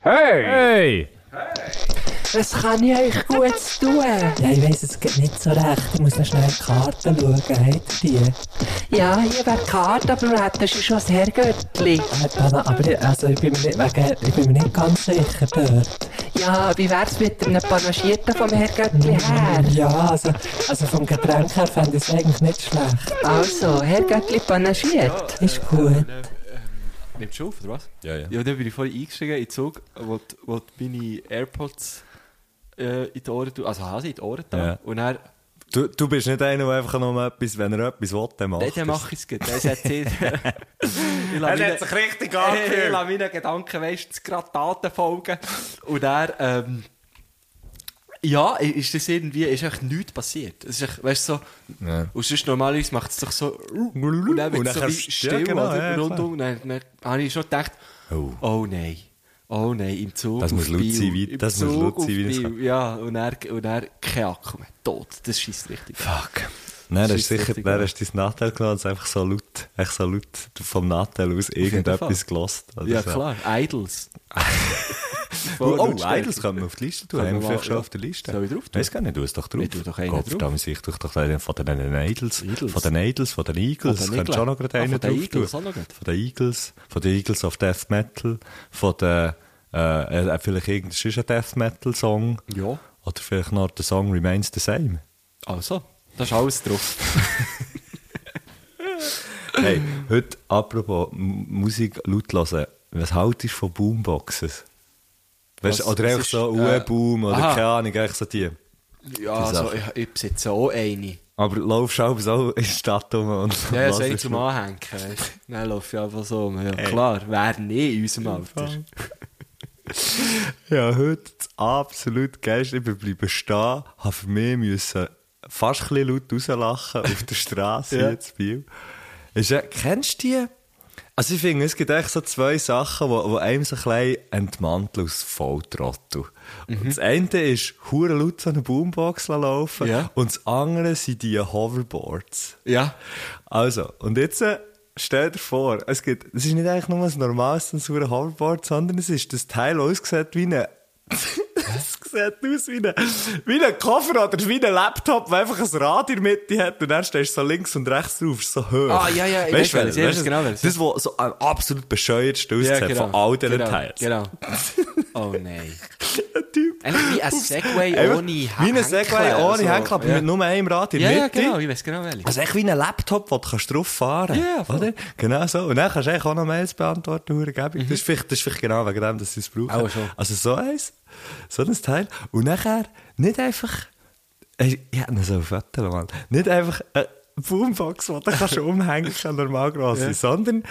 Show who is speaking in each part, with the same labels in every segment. Speaker 1: Hey!
Speaker 2: Hey!
Speaker 3: Das kann ich euch gut zu tun.
Speaker 4: Ja, ich weiss es geht nicht so recht. Ich muss noch schnell in die Karten schauen. Habt ihr die?
Speaker 3: Ja, hier wäre die Karte, aber äh, das ist schon das Herrgöttli.
Speaker 4: Äh, Dana, aber ich, also, ich, bin mir nicht, wegen, ich bin mir nicht ganz sicher dort.
Speaker 3: Ja, wie wär's mit einem Panagierten vom Herrgöttli her?
Speaker 4: Ja, also, also vom Getränk her fände ich es eigentlich nicht schlecht.
Speaker 3: Also, Herrgöttli panagiert.
Speaker 4: Ist gut.
Speaker 5: Nimmst du auf, oder was?
Speaker 2: Ja, ja.
Speaker 5: Ja, dann bin ich vorhin eingestiegen in den Zug, wo, die- wo die meine Airpods äh, in die Ohren tun. Also habe sie in die Ohren da.
Speaker 2: Ja.
Speaker 5: Und dann,
Speaker 2: Du, du bist nicht einer, der einfach nur etwas, wenn er etwas will, dann macht
Speaker 5: dann, dann mache ich es gut. Dann sagt sie, ich lasse
Speaker 2: Er
Speaker 5: meine-
Speaker 2: hat sich richtig
Speaker 5: ich
Speaker 2: angefühlt.
Speaker 5: lasse meinen Gedanken meistens gerade Taten folgen. Und dann, ähm, ja, i- ist das irgendwie, ist echt nichts passiert. Es ist echt, weißt du, so,
Speaker 2: Ja.
Speaker 5: und sonst normalerweise macht es doch so, und dann
Speaker 2: Und
Speaker 5: wird
Speaker 2: dann
Speaker 5: es so wie
Speaker 2: kannst du-
Speaker 5: still,
Speaker 2: ja, genau,
Speaker 5: oder?
Speaker 2: ja,
Speaker 5: rundum. Und Dann, dann habe ich schon gedacht,
Speaker 2: Oh.
Speaker 5: oh, nein, oh nein, im Zug.
Speaker 2: Das
Speaker 5: auf
Speaker 2: muss laut
Speaker 5: Biel,
Speaker 2: sein, wie-
Speaker 5: im
Speaker 2: das muss
Speaker 5: Zug
Speaker 2: laut
Speaker 5: auf
Speaker 2: sein, wie das
Speaker 5: Biel.
Speaker 2: kann.
Speaker 5: Ja, und er, und er, kein Akku mehr, tot. Das schießt richtig.
Speaker 2: Fuck. Nein, das ist
Speaker 5: Das ist
Speaker 2: sicher,
Speaker 5: richtig,
Speaker 2: dann
Speaker 5: ja.
Speaker 2: hast du dein Nachteil genommen und es einfach so laut, echt so laut vom Nachteil aus irgendetwas
Speaker 5: Fall.
Speaker 2: gelost. oder
Speaker 5: Ja,
Speaker 2: so.
Speaker 5: klar, Idols.
Speaker 2: Oh, oh Idols können wir auf die Liste tun.
Speaker 5: Können
Speaker 2: Haben wir
Speaker 5: wir
Speaker 2: vielleicht
Speaker 5: mal,
Speaker 2: schon
Speaker 5: ja.
Speaker 2: auf der Liste.
Speaker 5: Soll ich drauf tun?
Speaker 2: Weiss gar nicht, du es doch drauf.
Speaker 5: Ich tu doch einen
Speaker 2: Gott,
Speaker 5: drauf.
Speaker 2: verdammt, ich tu doch einen von den Idols.
Speaker 5: Idols.
Speaker 2: Von den Idols, von den Eagles.
Speaker 5: Von den
Speaker 2: Könntest
Speaker 5: Eagles.
Speaker 2: schon noch gerade
Speaker 5: Ah,
Speaker 2: einen
Speaker 5: von den
Speaker 2: drauf tun.
Speaker 5: Eagles auch noch
Speaker 2: Von
Speaker 5: gerade.
Speaker 2: den Eagles. Von den Eagles auf Death Metal. Von den, äh, äh, vielleicht irgendein ist ein Death Metal Song.
Speaker 5: Ja.
Speaker 2: Oder vielleicht noch der Song Remains the Same.
Speaker 5: Also, das ist alles drauf.
Speaker 2: Hey, heute, apropos M- Musik laut hören, was haltest du von Boomboxes? Weißt,
Speaker 5: Was-
Speaker 2: oder
Speaker 5: was
Speaker 2: einfach
Speaker 5: ist,
Speaker 2: so
Speaker 5: äh,
Speaker 2: U-Boom oder
Speaker 5: aha.
Speaker 2: keine Ahnung, eigentlich so die.
Speaker 5: Ja,
Speaker 2: Das
Speaker 5: also,
Speaker 2: auch.
Speaker 5: ich, ich besitze auch eine.
Speaker 2: Aber laufst du auch so in die Stadt rum und
Speaker 5: Ja, das
Speaker 2: hörst
Speaker 5: eine
Speaker 2: du-
Speaker 5: zum Anhängen. weisst du. Dann laufe ich einfach so um. Ja, klar, wer nie in unserem Alter.
Speaker 2: Ja, heute das absolut geilste. Ich bin bleiben stehen, habe für mich müssen fast ein bisschen laut rauslachen auf der Straße
Speaker 5: Ja.
Speaker 2: hier in Biel. Ist ja, kennst du die? Also ich finde, es gibt echt so zwei Sachen, die, die einem so ein bisschen entmanteln aus Volltrottel.
Speaker 5: Mhm.
Speaker 2: Und Das eine ist, hure laut so eine Boombox laufen
Speaker 5: Ja.
Speaker 2: und das andere sind die Hoverboards.
Speaker 5: Ja.
Speaker 2: Also, und jetzt äh, stell dir vor, es gibt, es ist nicht eigentlich nur ein normales Zensur Hoverboard, sondern es ist das Teil das aussieht wie ein es sieht aus wie ein, wie ein Koffer oder wie ein Laptop, der einfach ein Rad in der Mitte hat und dann stehst du so links und rechts drauf, ist so hoch.
Speaker 5: Ah, ja, ja, ich
Speaker 2: weißt,
Speaker 5: weiß,
Speaker 2: du, welches?
Speaker 5: ich weiß
Speaker 2: weißt, du,
Speaker 5: genau, welches.
Speaker 2: Das, was so am absolut bescheuertste aussieht von all diesen
Speaker 5: genau,
Speaker 2: Teilen.
Speaker 5: Genau. Oh nein.
Speaker 2: Ein Typ.
Speaker 5: Eigentlich wie ein Segway
Speaker 2: Einfach
Speaker 5: ohne Hänger.
Speaker 2: Wie ein Segway ohne Hänger, aber
Speaker 5: ja.
Speaker 2: mit nur einem Rad in der
Speaker 5: Ja, ja,
Speaker 2: Mitte.
Speaker 5: genau, ich weiß genau welche.
Speaker 2: Also echt wie ein Laptop, wo du kannst drauf fahren
Speaker 5: Ja, voll.
Speaker 2: oder? Genau so. Und dann kannst du eigentlich auch noch Mails beantworten, hure gäbig. Das, ist vielleicht, das ist vielleicht genau wegen dem, dass sie es brauchen.
Speaker 5: Mhm. Auch schon.
Speaker 2: Also so eins, so ein Teil. Und nachher nicht einfach... Ich ich hätte ihn so fetten, Mann. Nicht einfach eine Boombox, die du kannst umhängen kannst, normal gross sein, sondern...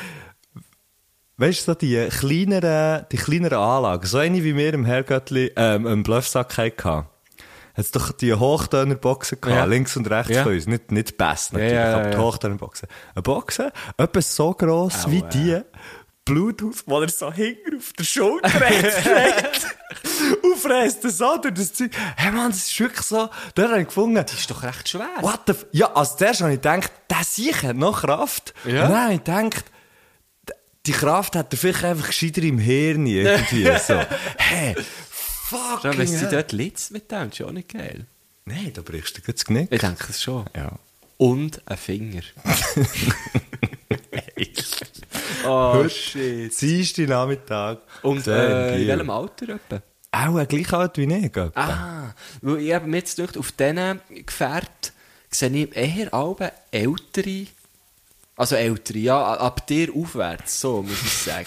Speaker 2: Weißt du, so die kleineren, die kleineren Anlagen, so eine wie wir im Herrgöttli, ähm, im Bluffsack hatten, hat's doch die Hochtönerboxen gehabt,
Speaker 5: Ja.
Speaker 2: links und rechts
Speaker 5: Ja.
Speaker 2: von uns. Nicht, nicht die Best natürlich,
Speaker 5: Ja, ja,
Speaker 2: aber
Speaker 5: ja,
Speaker 2: die
Speaker 5: ja.
Speaker 2: Hochtönerboxen. Eine Boxen, etwas so gross wie
Speaker 5: äh.
Speaker 2: die, Bluetooth, wo er so hinten auf der Schulter trägt. und fräst das an durch das Zeug. Hey Mann, das ist wirklich so, da habe ich gefunden,
Speaker 5: Das ist doch recht schwer.
Speaker 2: what the f Ja, als zuerst habe ich gedacht, der Sieg hat noch Kraft.
Speaker 5: Ja.
Speaker 2: Und dann habe ich gedacht, d- die Kraft hat er vielleicht einfach gescheiter im Hirn irgendwie. so. Hey, fuck.
Speaker 5: Schau, wenn sie dort litzt mit dem, ist ja auch nicht geil.
Speaker 2: Nein, da brichst du jetzt Genick.
Speaker 5: Ich denke es schon.
Speaker 2: Ja.
Speaker 5: Und ein Finger. oh,
Speaker 2: Heute-
Speaker 5: shit.
Speaker 2: Dienstag Nachmittag.
Speaker 5: Und
Speaker 2: Sehr
Speaker 5: äh, in
Speaker 2: Bier.
Speaker 5: welchem Alter etwa?
Speaker 2: Auch äh, gleich alt wie ich. etwa.
Speaker 5: Ah, weil ich habe mir jetzt gedacht, auf diesen Gefährt sehe ich eher alle ältere, also ältere, ja, ab dir aufwärts, so muss ich sagen.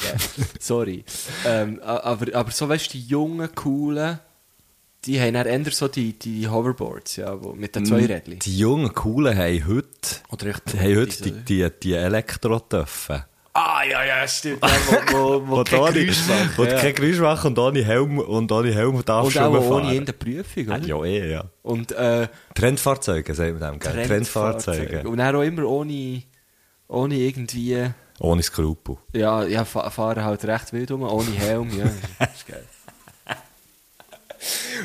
Speaker 5: Sorry. Ähm, a- aber, aber so weißt du, die jungen, coolen, die haben dann eher so die, die Hoverboards, ja, wo, mit den zwei Rädchen.
Speaker 2: Die jungen Coolen haben heute,
Speaker 5: Oder echt-
Speaker 2: haben heute Mm. die, die, die Elektro-Töpfe.
Speaker 5: Ah, ja, ja, stimmt. Ja, wo, wo, wo
Speaker 2: die ohne-
Speaker 5: kein Geräusch machen.
Speaker 2: wo die
Speaker 5: ja.
Speaker 2: kein Geräusch machen und ohne Helm, und ohne Helm darfst
Speaker 5: Und
Speaker 2: du
Speaker 5: auch
Speaker 2: rumfahren.
Speaker 5: ohne in der Prüfung, oder?
Speaker 2: Ah, ja, eh, ja.
Speaker 5: Und, äh,
Speaker 2: Trendfahrzeuge, sagen wir dem, gell? Trendfahrzeuge.
Speaker 5: Und dann auch immer ohne, ohne irgendwie...
Speaker 2: Ohne Skrupel.
Speaker 5: Ja, ja, fa fahren halt recht wild rum, ohne Helm, ja. ist geil.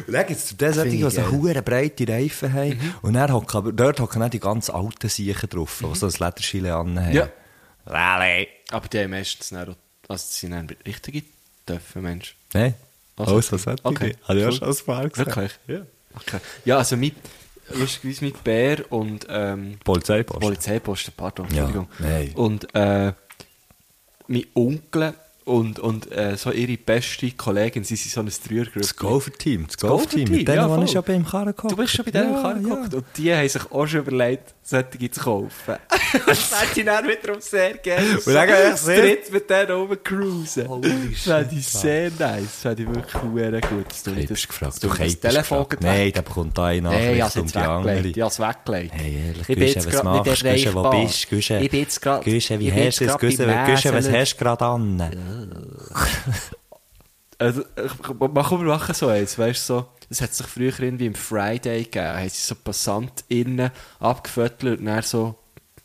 Speaker 2: Und dann gibt es solche, die
Speaker 5: ich Mhm.
Speaker 2: so
Speaker 5: geil.
Speaker 2: hure breite Reifen haben. Und dann hocken, aber dort hocken auch die ganz alten Siechen drauf, die so ein Lederschiele anhaben.
Speaker 5: Mhm. Ja.
Speaker 2: Rally.
Speaker 5: Aber die haben meistens dann auch, also die sind dann richtige Töpfe, Mensch.
Speaker 2: Nein,
Speaker 5: Also,
Speaker 2: Alles, was solche.
Speaker 5: okay,
Speaker 2: Habe ich auch
Speaker 5: cool.
Speaker 2: schon ein paar gesagt.
Speaker 5: Wirklich?
Speaker 2: Ja.
Speaker 5: Okay. Ja, also mit, lustigerweise mit Bär und ähm,
Speaker 2: Polizeipost.
Speaker 5: Polizeiposten, pardon,
Speaker 2: Ja,
Speaker 5: Entschuldigung.
Speaker 2: nein.
Speaker 5: Und äh, mein Onkel und, und äh, so ihre beste Kollegin, sie sind so ein Dreiergruppe.
Speaker 2: das Golfer-Team. Das
Speaker 5: Golfer-Team,
Speaker 2: Golfer-Team. Mit denen
Speaker 5: ja,
Speaker 2: ja,
Speaker 5: voll.
Speaker 2: ich schon beim Karren gehockt.
Speaker 5: Du bist schon bei denen
Speaker 2: ja,
Speaker 5: ja, Karren
Speaker 2: ja.
Speaker 5: geguckt und die haben sich auch schon überlegt, solche zu kaufen. das hätte ich dann wiederum sehr gerne.
Speaker 2: Und dann gehe ich sehr-
Speaker 5: dritt mit denen oben cruisen. Das fände ich sehr nice. Das fände ich wirklich sehr gut. dass du
Speaker 2: Du hast
Speaker 5: nicht das- dass
Speaker 2: gefragt.
Speaker 5: du
Speaker 2: Du
Speaker 5: nicht
Speaker 2: hast
Speaker 5: das Telefon
Speaker 2: gefragt. Nein, der bekommt da eine
Speaker 5: Nein, ich
Speaker 2: Nachricht
Speaker 5: habe
Speaker 2: um
Speaker 5: es
Speaker 2: die andere.
Speaker 5: weggelegt. Ich habe es weggelegt.
Speaker 2: Hey, ehrlich,
Speaker 5: ich bin
Speaker 2: Güsche,
Speaker 5: jetzt
Speaker 2: was
Speaker 5: grad
Speaker 2: machst
Speaker 5: nicht
Speaker 2: du? Güsche, wo
Speaker 5: erreichbar.
Speaker 2: bist du? Güsche,
Speaker 5: Ich bin jetzt grad-
Speaker 2: Güsche, wie
Speaker 5: ich bin
Speaker 2: hast du es?
Speaker 5: jetzt grad
Speaker 2: Güsche,
Speaker 5: beim
Speaker 2: Güsche, was
Speaker 5: Mäseln.
Speaker 2: hast du gerade an?
Speaker 5: Also, ich- man kann mir machen so eins, weißt du, so, es hat sich früher irgendwie im Friday gegeben, haben sie so PassantInnen abgefüttert und dann so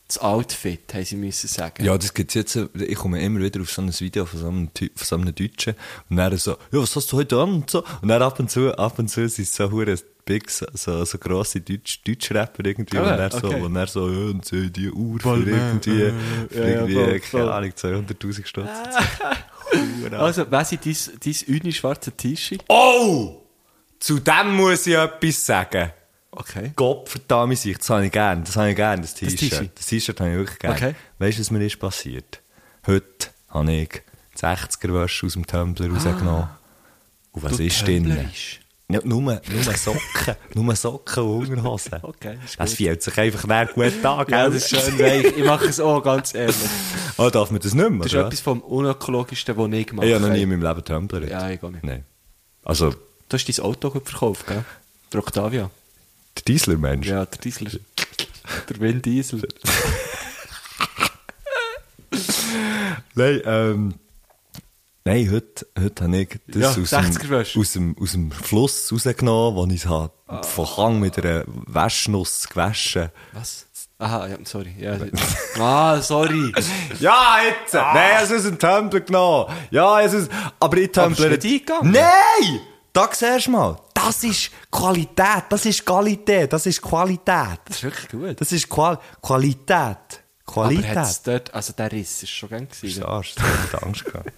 Speaker 5: das Outfit, haben sie müssen sagen.
Speaker 2: Ja, das gibt's jetzt. äh, Ich komme immer wieder auf so ein Video von so einem, Typ, von so einem Deutschen. Und dann so, ja, was hast du heute an? Und, so. und dann ab und zu, ab und zu sind es so hure big, so, so, so grosse Deutsch, Deutschrapper irgendwie.
Speaker 5: Ah,
Speaker 2: und dann
Speaker 5: okay.
Speaker 2: so, und dann so, ja, und so, die Uhr für
Speaker 5: Voll, äh,
Speaker 2: irgendwie,
Speaker 5: äh,
Speaker 2: für
Speaker 5: ja, ja,
Speaker 2: irgendwie,
Speaker 5: voll, voll. Ah.
Speaker 2: keine Ahnung, 200.000 Stutz.
Speaker 5: Also, wer sind dein, dein uni schwarze T-Shirt?
Speaker 2: Oh! Zu dem muss ich etwas sagen.
Speaker 5: Okay.
Speaker 2: Gott verdammt sich, das habe ich gern, das habe ich gern, das T-Shirt.
Speaker 5: T-Shirt.
Speaker 2: Das T-Shirt habe ich wirklich gern.
Speaker 5: Okay.
Speaker 2: Weißt du, was mir ist passiert? Heute habe ich die 60er-Wäsche aus dem Tumblr rausgenommen. Und was
Speaker 5: Ah. Du
Speaker 2: ist drin?
Speaker 5: Tumblerisch.
Speaker 2: Ja, nur, nur Socken, nur Socken und Unterhosen.
Speaker 5: Okay, ist
Speaker 2: Das
Speaker 5: gut.
Speaker 2: fühlt sich einfach nach gut an, gell?
Speaker 5: Ja, das ist schön weich. Ich mache es auch, ganz ehrlich.
Speaker 2: Oh, darf man das nicht mehr,
Speaker 5: Das ist
Speaker 2: oder was?
Speaker 5: etwas vom unökologischsten, was ich gemacht
Speaker 2: Ich habe noch nie in meinem Leben Tumblr.
Speaker 5: Ja, ich gar nicht.
Speaker 2: Nein. Also,
Speaker 5: Du hast dein Auto gut verkauft, gell? Der Octavia.
Speaker 2: der Diesler-Mensch.
Speaker 5: Ja, der Diesel. Der Vin Diesel.
Speaker 2: Nein, ähm. Nein, heute, heute habe ich das
Speaker 5: Ja,
Speaker 2: aus, dem,
Speaker 5: 60er-Wäsche.
Speaker 2: aus, dem, aus dem Fluss rausgenommen, wo ich es habe von Hang mit einer Waschnuss gewaschen
Speaker 5: Was? Aha, ja, sorry. Ja. ah, sorry. Ah.
Speaker 2: Ja, jetzt! Nein, es ist ein Tempel genommen! Ja, es ist. Aber ich Tempel.
Speaker 5: Aber ist nicht eingegangen.
Speaker 2: Nein! Da siehst du mal, das ist Qualität, das ist Qualität, das ist Qualität.
Speaker 5: Das ist wirklich gut.
Speaker 2: Das ist Qual Qualität.
Speaker 5: Aber
Speaker 2: Qualität.
Speaker 5: hat's dort, also der Riss ist schon gern gewesen.
Speaker 2: Du Arsch, da hab ich Angst gehabt.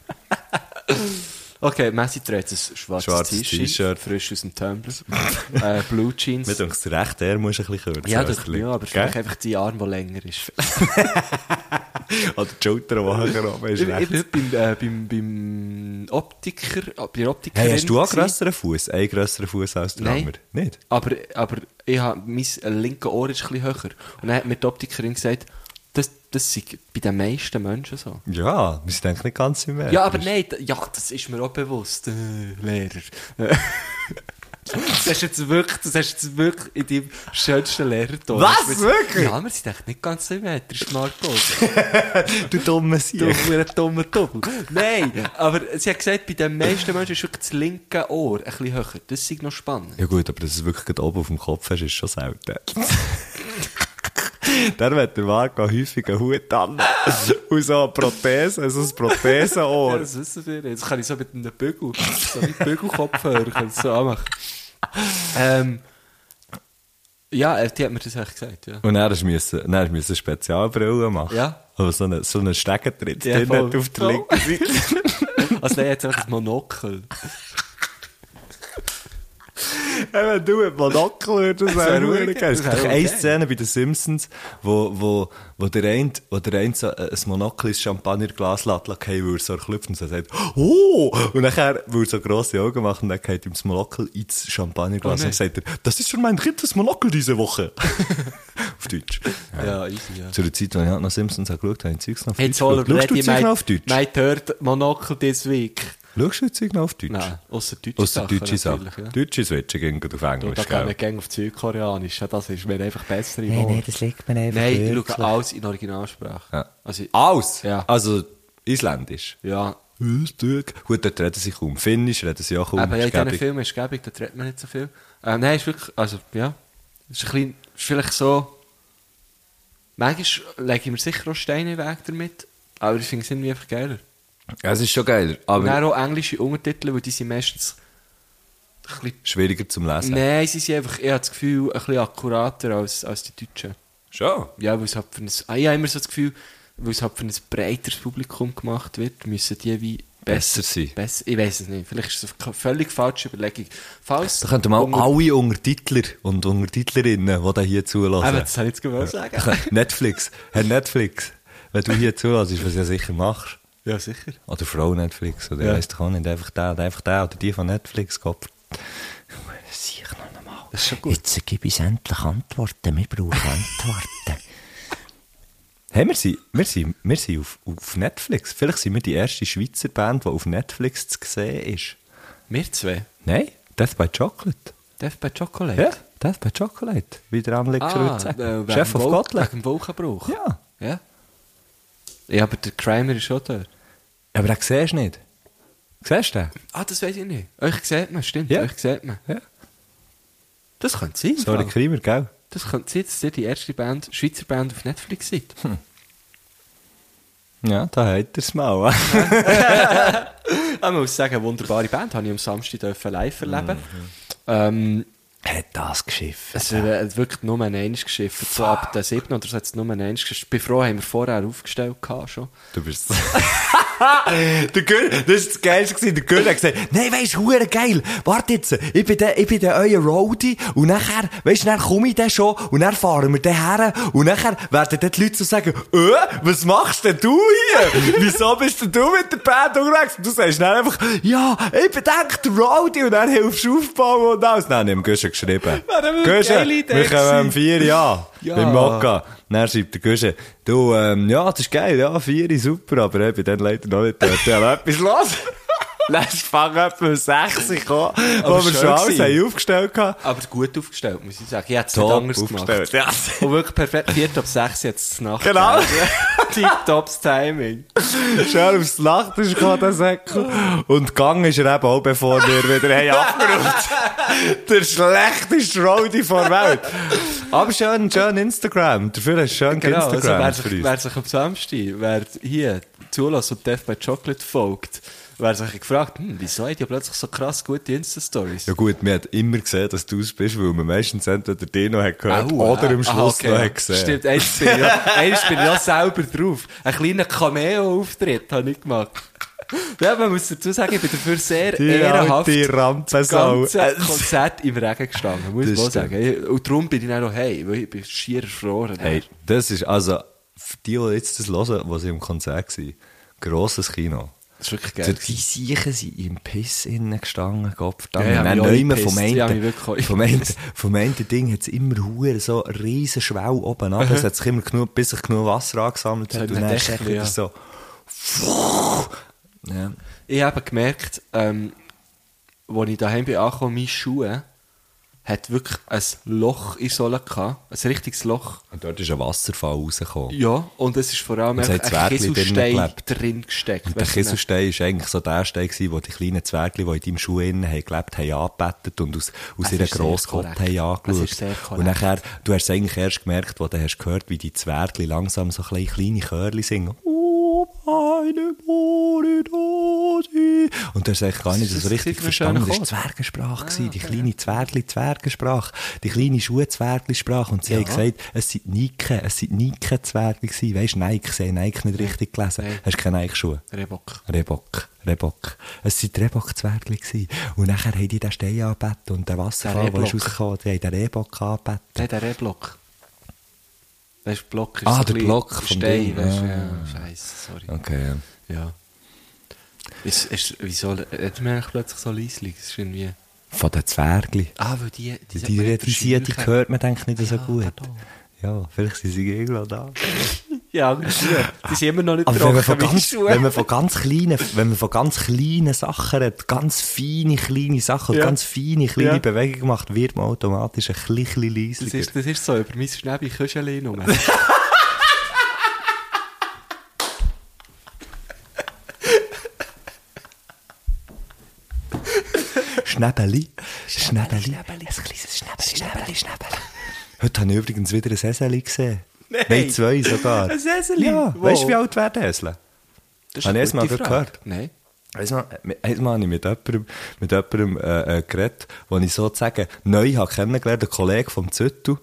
Speaker 5: Okay, Messi trägt ein schwarzes,
Speaker 2: Schwarzes
Speaker 5: T-Shirt,
Speaker 2: T-Shirt.
Speaker 5: frisch aus dem Tumblr. äh, Blue Jeans.
Speaker 2: Mir denkt, der rechte Arm muss ein bisschen kürzer.
Speaker 5: ja,
Speaker 2: als
Speaker 5: das,
Speaker 2: der linke.
Speaker 5: ja, aber
Speaker 2: Gell?
Speaker 5: vielleicht einfach die Arm, die länger ist.
Speaker 2: Oder die Schulter, die höher oben ist.
Speaker 5: ich bin
Speaker 2: rechts.
Speaker 5: heute beim, äh, beim, beim Optiker, äh, bei der Optikerin.
Speaker 2: Hey, hast du auch
Speaker 5: gewesen.
Speaker 2: einen grösseren Fuß? Einen grösseren Fuß als der
Speaker 5: Nein.
Speaker 2: andere? Nicht?
Speaker 5: Aber, aber ich habe, mein linkes Ohr ist ein bisschen höher. Und dann hat mir die Optikerin gesagt, das, das sei bei den meisten Menschen so.
Speaker 2: Ja, wir sind eigentlich nicht ganz im Meer.
Speaker 5: Ja, aber nein, da- ja, das ist mir auch bewusst, äh, Lehrer. Äh, das hast du jetzt wirklich, das hast du jetzt wirklich in deinem schönsten Lehrerton.
Speaker 2: Was?
Speaker 5: Wir-
Speaker 2: Wirklich?
Speaker 5: Ja, wir sind echt nicht ganz symmetrisch, Markus.
Speaker 2: Du dummer
Speaker 5: Du
Speaker 2: Sieg.
Speaker 5: ein dummer Doppel. Nein, aber sie hat gesagt, bei den meisten Menschen ist wirklich das linke Ohr ein bisschen höher. Das ist noch spannend.
Speaker 2: Ja gut, aber dass du es wirklich gerade oben auf dem Kopf hast, ist schon selten. Der wird der Marco häufig einen Hut an. Und so eine Prothese, also ein
Speaker 5: Ja,
Speaker 2: Prothesenohr.
Speaker 5: das wissen wir nicht. Das kann ich so mit einem Bügel, so mit Bügelkopf hören, kann ich so anmachen. Ähm, ja, äh, die hat mir das echt gesagt, ja.
Speaker 2: Und dann musste er dann musste Spezialbrille machen.
Speaker 5: Ja.
Speaker 2: Aber so einen so eine Stegentritt
Speaker 5: Ja,
Speaker 2: drin
Speaker 5: voll.
Speaker 2: hat auf der Oh.
Speaker 5: Voll.
Speaker 2: linken Seite.
Speaker 5: Also nein, jetzt einfach ein Monokel.
Speaker 2: Hey, Wenn du ein Monokel würdest, das
Speaker 5: wär
Speaker 2: wäre
Speaker 5: ruhig.
Speaker 2: ruhig. Es gibt
Speaker 5: Das wär
Speaker 2: doch eine
Speaker 5: okay.
Speaker 2: Szene bei den Simpsons, wo, wo, wo der eine, wo der eine so äh, ein Monokel ins Champagnerglas lässt, lässt fallen, weil er so klüpft und so sagt, «Oh!» Und nachher, weil er so grosse Augen macht, und dann geht ihm das Monokel ins Champagnerglas
Speaker 5: Oh
Speaker 2: und
Speaker 5: nein.
Speaker 2: dann sagt er, «Das ist für mein drittes Monokel diese Woche!» Auf Deutsch.
Speaker 5: Ja, easy, ja.
Speaker 2: Zu der Zeit, als ich halt noch Simpsons habe geschaut habe, habe ich Zeugs noch auf
Speaker 5: Jetzt
Speaker 2: Deutsch
Speaker 5: hol
Speaker 2: geschaut. Schaust du
Speaker 5: Ready
Speaker 2: Zeugs noch auf
Speaker 5: My,
Speaker 2: Deutsch?
Speaker 5: my Third Monokel This Week.
Speaker 2: Schaust du Zeugs noch auf Deutsch?
Speaker 5: Nein, ausser deutsche
Speaker 2: Ausser
Speaker 5: Sachen
Speaker 2: deutsche Sachen.
Speaker 5: natürlich, ja.
Speaker 2: Deutsche Switchen gehen gut auf
Speaker 5: Und
Speaker 2: Englisch,
Speaker 5: da gehen wir
Speaker 2: gell?
Speaker 5: gerne auf Südkoreanisch. Ja, Das ist mir einfach besser im
Speaker 4: Nein,
Speaker 5: Ohr.
Speaker 4: nein, das liegt mir einfach
Speaker 5: Nein, ich
Speaker 4: wirklich.
Speaker 5: schaue alles in Originalsprache.
Speaker 2: Ja.
Speaker 5: Also,
Speaker 2: Alles?
Speaker 5: Ja.
Speaker 2: Also, isländisch?
Speaker 5: ja.
Speaker 2: Gut, dort reden sie kaum Finnisch, reden sie auch kaum
Speaker 5: Aber ja, in
Speaker 2: Schwäbisch.
Speaker 5: diesen Filmen ist gäbig, da redet man nicht so viel. Ähm, nein, ist wirklich, also, ja. Ist ein bisschen, ist vielleicht so. Manchmal lege ich mir sicher auch Steine in den Weg damit, aber ich finde es irgendwie einfach geiler.
Speaker 2: Ja, Es ist schon geil, aber
Speaker 5: Und dann auch englische Untertitel, weil die sind meistens ein bisschen
Speaker 2: schwieriger zum Lesen.
Speaker 5: Nein, sie sind einfach, ich habe das Gefühl, ein bisschen akkurater als, als die Deutschen.
Speaker 2: Schon?
Speaker 5: Ja, weil es halt für ein, ah, ich habe immer so das Gefühl, weil es halt für ein breiteres Publikum gemacht wird, müssen die wie
Speaker 2: besser sein.
Speaker 5: Besser, ich weiß es nicht. Vielleicht ist es eine völlig falsche Überlegung. Falls
Speaker 2: Da könnten wir auch
Speaker 5: Unter-
Speaker 2: alle Untertitler und Untertitlerinnen, die da hier
Speaker 5: Eben,
Speaker 2: zulassen.
Speaker 5: das soll ich jetzt gewollt sagen.
Speaker 2: Netflix, Herr Netflix, wenn du hier zulässt, was du ja sicher machst.
Speaker 5: Ja, sicher.
Speaker 2: Oder Frau Netflix, oder
Speaker 5: Ja.
Speaker 2: ja. weiss doch auch nicht, einfach der, einfach der oder die von Netflix gehabt. Sieh noch einmal.
Speaker 5: Das ist schon gut.
Speaker 2: Jetzt gebe ich endlich Antworten, wir brauchen Antworten. Hey, wir sind, wir sind, wir sind auf, auf Netflix. Vielleicht sind wir die erste Schweizer Band, die auf Netflix zu sehen ist.
Speaker 5: Wir zwei.
Speaker 2: Nein, Death by Chocolate.
Speaker 5: Death by Chocolate.
Speaker 2: Ja, Death by Chocolate. Wie der Anleger
Speaker 5: Ah,
Speaker 2: würde
Speaker 5: äh,
Speaker 2: sagen.
Speaker 5: wegen
Speaker 2: Chef
Speaker 5: dem
Speaker 2: of
Speaker 5: Wol-
Speaker 2: Gottlieb.
Speaker 5: Wegen dem Wolkenbruch.
Speaker 2: Ja.
Speaker 5: Ja. Ja, aber der Kramer ist schon dort.
Speaker 2: Aber den siehst du nicht. Siehst du den?
Speaker 5: Ah, das weiß ich nicht. Euch sieht man, stimmt.
Speaker 2: Ja.
Speaker 5: Euch sieht man.
Speaker 2: Ja.
Speaker 5: Das könnte sein. im
Speaker 2: Sorry,
Speaker 5: Fall.
Speaker 2: Krimer, gell?
Speaker 5: Das könnte sein, dass ihr die erste Band, Schweizer Band auf Netflix seid.
Speaker 2: Ja, da hat er es mal. hä?
Speaker 5: Ah, man muss sagen, eine wunderbare Band. Habe ich am Samstag dürfen live erleben. Ähm,
Speaker 2: Hat das geschifft.
Speaker 5: es hat äh, wirklich nur ein Eins geschifft. So ab der 7. oder so hat es nur ein Eins geschifft. Ich bin froh, haben wir vorher aufgestellt gehabt schon.
Speaker 2: Du bist. der Gür, das war das Geilste. gewesen. Der Gür hat gesagt: Nein, weisst du, verdammt geil. Warte jetzt, ich bin der, ich bin der euer Roadie. Und nachher, weisst du, dann komme ich dann schon. Und dann fahren wir den her. Und nachher werden dann die Leute so sagen: Äh, was machst denn du hier? Wieso bist denn du mit der Band unterwegs? Und du sagst dann einfach: Ja, ich bin echt der Roadie. Und dann hilfst du aufbauen und alles. Nein, ich habe Güsche geschrieben.
Speaker 5: Wäre eine
Speaker 2: Güsche,
Speaker 5: geile
Speaker 2: wir
Speaker 5: Idee
Speaker 2: kommen am
Speaker 5: gewesen.
Speaker 2: 4 ja.
Speaker 5: Ja.
Speaker 2: Beim Mokka. Dann schreibt der Guschen, du, ähm, ja, das ist geil, ja, vier, super, aber ich bin dann leider noch nicht dort. Ja, aber etwas los. Lass fangen etwa um 6 Uhr gekommen, wo wir
Speaker 5: schön
Speaker 2: schon alles
Speaker 5: gewesen.
Speaker 2: haben aufgestellt haben.
Speaker 5: Aber gut aufgestellt, muss ich sagen. Ich hätte es nicht
Speaker 2: Top
Speaker 5: anders
Speaker 2: aufgestellt.
Speaker 5: gemacht.
Speaker 2: Ja.
Speaker 5: Und wirklich perfekt. 4. ab 6 jetzt Nacht.
Speaker 2: Genau.
Speaker 5: Tipptops Timing.
Speaker 2: Schön aufs Lacht ist gekommen, der Säckel. Und gegangen ist er eben auch, bevor wir wieder haben abgeräumt. Der schlechteste Roadie der Welt. Aber schön, schön Instagram. Dafür hast du schön
Speaker 5: Genau, also
Speaker 2: Instagram
Speaker 5: wer
Speaker 2: für uns.
Speaker 5: sich, wer sich am Samstag, wer hier zulässt und Death by Chocolate folgt, wer sich gefragt, hm, wieso hat ihr plötzlich so krass gute Insta-Stories?
Speaker 2: Ja gut, man hat immer gesehen, dass du es bist, weil man meistens entweder den noch hat gehört
Speaker 5: Au,
Speaker 2: oder
Speaker 5: äh,
Speaker 2: am
Speaker 5: aha,
Speaker 2: Schluss
Speaker 5: okay,
Speaker 2: noch
Speaker 5: ja.
Speaker 2: hat gesehen.
Speaker 5: Stimmt, eins bin ich ja, eins bin ich ja selber drauf. Ein kleiner Cameo-Auftritt habe ich gemacht. Ja, man muss dazu sagen, ich bin dafür sehr
Speaker 2: Die
Speaker 5: ehrenhaft
Speaker 2: alte Äh,
Speaker 5: das
Speaker 2: Rampensau.
Speaker 5: ganze Konzert im Regen gestanden, muss
Speaker 2: Das
Speaker 5: ich mal
Speaker 2: stimmt.
Speaker 5: sagen. Und darum bin ich dann noch hey, weil ich bin schier erfroren.
Speaker 2: Hey, das ist also, für die, die jetzt das hören, was ich im Konzert war, grosses Kino.
Speaker 5: Das ist wirklich
Speaker 2: Also,
Speaker 5: geil.
Speaker 2: die Siechen sind im Piss innen gestanden, Gottverdammt.
Speaker 5: Ja, ja,
Speaker 2: Und dann
Speaker 5: mich auch
Speaker 2: immer
Speaker 5: gepisst.
Speaker 2: vom
Speaker 5: Ja, mich
Speaker 2: einen,
Speaker 5: wirklich auch
Speaker 2: vom einen, vom einen Ding hat es immer Huren, so riesen Schwell oben ab. Es hat sich immer genug, bis sich genug Wasser angesammelt hat.
Speaker 5: hat
Speaker 2: Und
Speaker 5: man
Speaker 2: dann ist
Speaker 5: gedacht,
Speaker 2: es wieder
Speaker 5: ja.
Speaker 2: so, ja.
Speaker 5: Ich habe gemerkt, ähm, als ich daheim bin angekommen, meine Schuhe hat wirklich ein Loch in der Sohle gehabt. Ein richtiges Loch.
Speaker 2: Und dort ist ein Wasserfall rausgekommen.
Speaker 5: Ja, und es ist vor allem
Speaker 2: Es
Speaker 5: einfach
Speaker 2: hat Zwergli drin gelebt.
Speaker 5: drin gesteckt.
Speaker 2: Und der
Speaker 5: Weißt du nicht?
Speaker 2: Kieselstein war eigentlich so der Stein, gewesen, wo die kleinen Zwerge, die in deinem Schuh innen haben gelebt haben, angebettet und aus, aus
Speaker 5: Es
Speaker 2: ihrer
Speaker 5: ist sehr
Speaker 2: Grossgott
Speaker 5: korrekt.
Speaker 2: haben
Speaker 5: Es
Speaker 2: angeschaut.
Speaker 5: ist sehr
Speaker 2: und
Speaker 5: korrekt.
Speaker 2: nachher, du hast es eigentlich erst gemerkt, wo du hast gehört, wie die Zwerge langsam so kleine, kleine Chörli singen. Oh, meine Moridasi. Und du hast eigentlich gar nicht
Speaker 5: ist
Speaker 2: so
Speaker 5: das
Speaker 2: richtig
Speaker 5: für eine
Speaker 2: verstanden.
Speaker 5: schöne
Speaker 2: Das war
Speaker 5: Chor?
Speaker 2: Zwergensprache,
Speaker 5: Ah,
Speaker 2: gewesen, die kleine Zwergli Zwergensprache, die kleine Schuhe Zwergli-Sprache. Und sie haben gesagt, es sind Nike, es sind Nike-Zwergli gewesen. Weisst, Nike, sie haben Nike nicht richtig gelesen.
Speaker 5: Nein.
Speaker 2: Hast du keine Nike-Schuhe?
Speaker 5: Rehbock.
Speaker 2: Rebock, Rebock. Es waren die Rebock-Zwergli. gewesen. Und nachher haben die den Stein angebettet und den Wasserfall,
Speaker 5: Der
Speaker 2: der ist
Speaker 5: Rehbock.
Speaker 2: rausgekommen, die haben den Rebock angebettet.
Speaker 5: Nein, der Rehblock. Weißt du, Block ist
Speaker 2: Ah,
Speaker 5: so
Speaker 2: der
Speaker 5: klein.
Speaker 2: Block vom
Speaker 5: Stein,
Speaker 2: Ding,
Speaker 5: weißt du,
Speaker 2: ja.
Speaker 5: ja. Scheiße, sorry.
Speaker 2: Okay, ja.
Speaker 5: Ja. Ist, ist, äh, wieso hat man eigentlich plötzlich so leislich? Das ist irgendwie...
Speaker 2: Von den Zwergli.
Speaker 5: Ah, weil die...
Speaker 2: Die,
Speaker 5: sagt
Speaker 2: die
Speaker 5: man nicht
Speaker 2: Reduzierung
Speaker 5: verscheuchen.
Speaker 2: hört man denke ich, nicht so
Speaker 5: Ja,
Speaker 2: gut.
Speaker 5: pardon.
Speaker 2: Ja, vielleicht sind sie irgendwo da.
Speaker 5: Ja, die sind immer noch nicht
Speaker 2: Aber wenn man, von
Speaker 5: trocken, meine
Speaker 2: ganz,
Speaker 5: Schuhe.
Speaker 2: wenn, man von ganz kleinen, wenn man von ganz kleinen Sachen redet, ganz feine kleine Sachen und
Speaker 5: Ja.
Speaker 2: ganz feine kleine
Speaker 5: Ja.
Speaker 2: Bewegungen macht, wird man automatisch ein bisschen leiser.
Speaker 5: Das ist, das ist so, über mein Schnäbi Küscheli rum.
Speaker 2: Schnäbeli. Schnäbeli. Ein kleines Schnäbeli. Schnäbeli, Schnäbeli. Heute habe ich übrigens wieder ein Häseli gesehen.
Speaker 5: Nein.
Speaker 2: Nein, zwei sogar.
Speaker 5: Ein Häseli?
Speaker 2: Ja.
Speaker 5: Wo?
Speaker 2: Weißt du, wie alt wäre der Häsle? Habe
Speaker 5: Das
Speaker 2: ich
Speaker 5: eine
Speaker 2: erst mal
Speaker 5: gute
Speaker 2: gerade
Speaker 5: Frage.
Speaker 2: gehört.
Speaker 5: Nein.
Speaker 2: Einmal äh, habe ich mit jemandem, mit jemandem äh, äh, geredet, den ich sozusagen neu habe kennengelernt, einen Kollegen vom Züttu.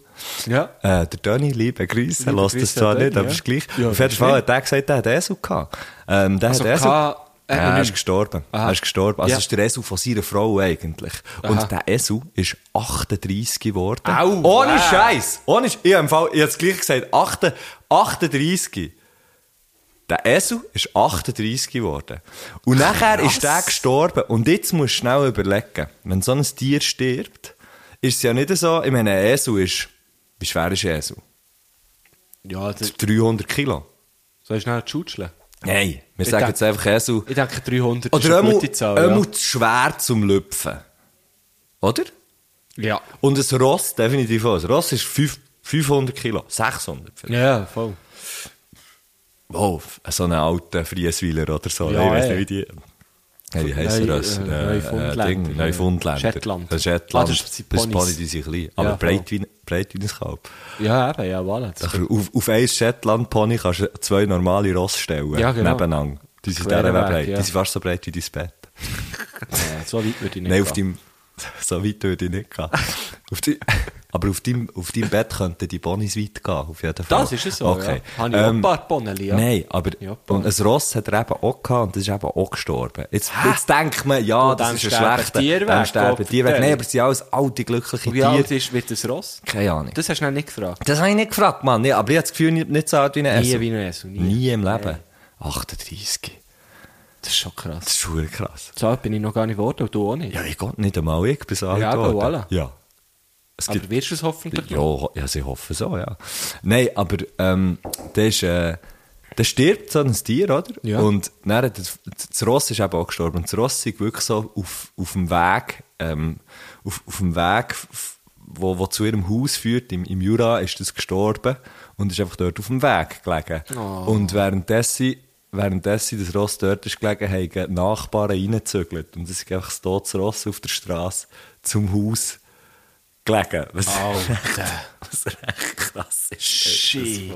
Speaker 5: Ja.
Speaker 2: Äh, der Toni, liebe Grüße,
Speaker 5: Liebe
Speaker 2: lässt das
Speaker 5: Grüße
Speaker 2: zwar
Speaker 5: an Toni,
Speaker 2: nicht, aber
Speaker 5: ja.
Speaker 2: ist gleich.
Speaker 5: Ja,
Speaker 2: Auf jeden
Speaker 5: ist
Speaker 2: Fall
Speaker 5: nicht.
Speaker 2: hat der gesagt, der hat ESU gehabt. Ähm, der
Speaker 5: Also
Speaker 2: hat ESU
Speaker 5: K Äh,
Speaker 2: Ja, er
Speaker 5: nicht
Speaker 2: ist
Speaker 5: mehr.
Speaker 2: gestorben.
Speaker 5: Aha.
Speaker 2: Er ist gestorben. Also
Speaker 5: Ja.
Speaker 2: es ist der Esu von seiner Frau eigentlich.
Speaker 5: Aha.
Speaker 2: Und der Esu ist 38 geworden.
Speaker 5: Au,
Speaker 2: Ohne
Speaker 5: wow.
Speaker 2: Scheiß. Ohne Sch ich habe im Fall, ich habe es gleich gesagt. 8, 38. Der Esu ist 38 geworden. Und nachher ist der gestorben. Und jetzt musst du schnell überlegen. Wenn so ein Tier stirbt, ist es ja nicht so, ich meine, ein Esu ist, wie schwer ist ein Esu?
Speaker 5: Ja,
Speaker 2: Äh,
Speaker 5: das,
Speaker 2: 300 Kilo.
Speaker 5: soll ich schnell schutscheln?
Speaker 2: Nein, wir sagen
Speaker 5: denke-
Speaker 2: jetzt einfach Esu.
Speaker 5: Ich denke, 300 ist
Speaker 2: Oder
Speaker 5: eine
Speaker 2: einmal,
Speaker 5: gute Zahl.
Speaker 2: einmal zu schwer zum Lüpfen. Oder?
Speaker 5: Ja.
Speaker 2: Und ein Ross, definitiv auch. Ein Ross ist fünf- 500 Kilo, 600 vielleicht.
Speaker 5: ja. Ja, voll.
Speaker 2: Oh, so einen alten Friesweiler oder so.
Speaker 5: Ja,
Speaker 2: ich weiß
Speaker 5: ey.
Speaker 2: nicht, wie die... Hey, wie heissen
Speaker 5: Neu-
Speaker 2: Rösser? Neufundländer.
Speaker 5: äh, Neufundländer.
Speaker 2: Äh, Ding, Neufundländer.
Speaker 5: Shetland.
Speaker 2: Äh, Shetland.
Speaker 5: Ah,
Speaker 2: das
Speaker 5: das
Speaker 2: ist
Speaker 5: sind
Speaker 2: das
Speaker 5: Ponys.
Speaker 2: Pony, die sind klein, aber
Speaker 5: Ja,
Speaker 2: breit, wie, breit wie ein Kalb.
Speaker 5: Ja, eben, ja, voilà. Das
Speaker 2: Ach, Auf, auf ein Shetland-Pony kannst du zwei normale Ross stellen,
Speaker 5: Ja, genau.
Speaker 2: nebeneinander. Die sind,
Speaker 5: Querweg,
Speaker 2: dieser breit.
Speaker 5: ja.
Speaker 2: die sind fast so breit wie dein Bett.
Speaker 5: ja, so weit würde ich nicht
Speaker 2: Nein, auf
Speaker 5: gehen.
Speaker 2: deinem. So weit würde ich nicht gehen. auf die, aber auf deinem, auf deinem Bett könnten die Bonis weit gehen, auf jeden Fall.
Speaker 5: Das ist es so,
Speaker 2: Okay. Ähm,
Speaker 5: ja. Habe ich auch ein paar Bonneli, ja.
Speaker 2: Nein, aber
Speaker 5: Ja,
Speaker 2: und
Speaker 5: Bonn.
Speaker 2: ein Ross hat er eben auch gehabt und das ist eben auch gestorben. Jetzt, jetzt denkt man, ja,
Speaker 5: Und
Speaker 2: das
Speaker 5: dem
Speaker 2: ist ein
Speaker 5: Oh, sterben
Speaker 2: schlechter.
Speaker 5: Tiere
Speaker 2: dem
Speaker 5: weg,
Speaker 2: sterben
Speaker 5: Gott
Speaker 2: Tiere weg. Nein,
Speaker 5: vertelle.
Speaker 2: aber sie sind alles alte, glückliche
Speaker 5: Wie alt
Speaker 2: Tiere.
Speaker 5: ist, wird das Ross?
Speaker 2: Keine Ahnung. Das,
Speaker 5: Das hast du noch nicht gefragt.
Speaker 2: habe ich nicht gefragt, Mann. Nee, aber ich habe das Gefühl, nicht, nicht so alt wie ein
Speaker 5: Nie
Speaker 2: Esel.
Speaker 5: wie ein Esel, nie.
Speaker 2: Nie im Leben. 38.
Speaker 5: Das ist schon krass.
Speaker 2: Das ist schon krass.
Speaker 5: So alt bin ich noch gar nicht geworden und du auch nicht.
Speaker 2: Ja, ich Gott, nicht einmal ich bin so alt
Speaker 5: Ja, aber
Speaker 2: geworden.
Speaker 5: voilà.
Speaker 2: Ja. Es gibt
Speaker 5: Aber wirst du es hoffentlich?
Speaker 2: Ja, ho- ja, sie hoffen so, ja. Nein, aber ähm, der ist, äh, der stirbt so ein Tier, oder?
Speaker 5: Ja.
Speaker 2: Und dann, hat das, das Ross ist eben auch gestorben. Und das Ross ist wirklich so auf, auf dem Weg, ähm, auf, auf dem Weg, f- wo, wo zu ihrem Haus führt, im, im Jura, ist das gestorben und ist einfach dort auf dem Weg gelegen. Und währenddessen, währenddessen das Ross dort ist gelegen, haben die Nachbarn reingezögelt. Und es ist einfach ein totes Ross auf der Straße zum Haus gelegen. Was-
Speaker 5: Alter.
Speaker 2: was recht krass ist.
Speaker 5: Shit.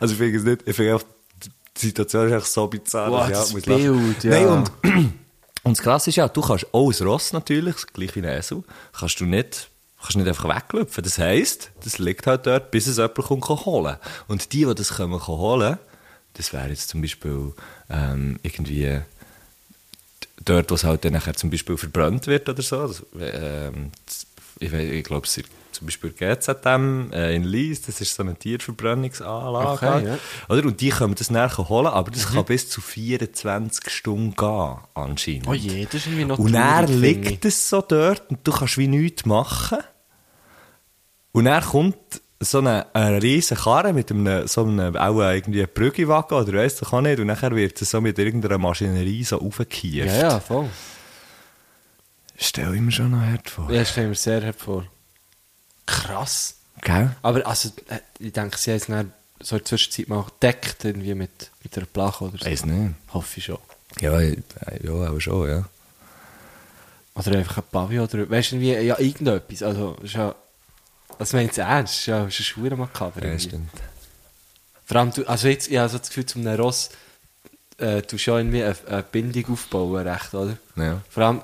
Speaker 2: Also ich finde es nicht, ich finde auch, die Situation ist einfach so bizarr.
Speaker 5: Wow,
Speaker 2: dass ich
Speaker 5: das
Speaker 2: auch muss
Speaker 5: Bild,
Speaker 2: lachen.
Speaker 5: ja.
Speaker 2: Nein, und, und das Krasse ist ja, du kannst auch als Ross natürlich, gleich wie ein Esel, kannst du nicht, kannst nicht einfach weglaufen. Das heisst, das liegt halt dort, bis es jemand kommt, kann holen Und die, die das kommen, kann holen, das wäre jetzt zum Beispiel ähm, irgendwie dort, wo es halt dann nachher zum Beispiel verbrannt wird oder so. Das, ähm, das, ich wei- ich glaube, zum Beispiel GZM äh, in Lies, das ist so eine Tierverbrennungsanlage.
Speaker 5: Okay, ja. Mhm.
Speaker 2: oder? Und die können das nachher holen, aber das kann bis zu 24 Stunden gehen, anscheinend.
Speaker 5: Oh je, das ist irgendwie noch
Speaker 2: Und er
Speaker 5: traurig, finde
Speaker 2: liegt es so dort und du kannst wie nichts machen. Und dann kommt so eine, eine riesige Karre mit einem, so einem, auch irgendwie einem Brüggewagen oder weiss ich auch nicht. Und nachher wird es so mit irgendeiner Maschinerie so
Speaker 5: ich.
Speaker 2: aufgekieft.
Speaker 5: Ja, ja, voll.
Speaker 2: Stell ich mir schon noch hart vor.
Speaker 5: Ja, das stelle ich mir sehr hart vor. Krass.
Speaker 2: Gell?
Speaker 5: Aber also, äh, ich denke, sie haben es dann so in der Zwischenzeit mal gedeckt, irgendwie mit, mit einer Plache oder so.
Speaker 2: Weiß nicht.
Speaker 5: Hoffe ich schon.
Speaker 2: Ja, ich- äh, ja, aber schon, ja.
Speaker 5: Oder einfach ein Pavillon oder weißt du, irgendwie, ja, irgendetwas. Also, ist ja, das meint es ernst, ist ja, ist ja schwer makaber.
Speaker 2: Ja,
Speaker 5: irgendwie.
Speaker 2: stimmt.
Speaker 5: Vor allem, du, also jetzt, ich habe so das Gefühl, zum einem Ross, äh, du schon irgendwie eine, eine Bindung aufbauen, recht, oder?
Speaker 2: Ja.
Speaker 5: Vor allem,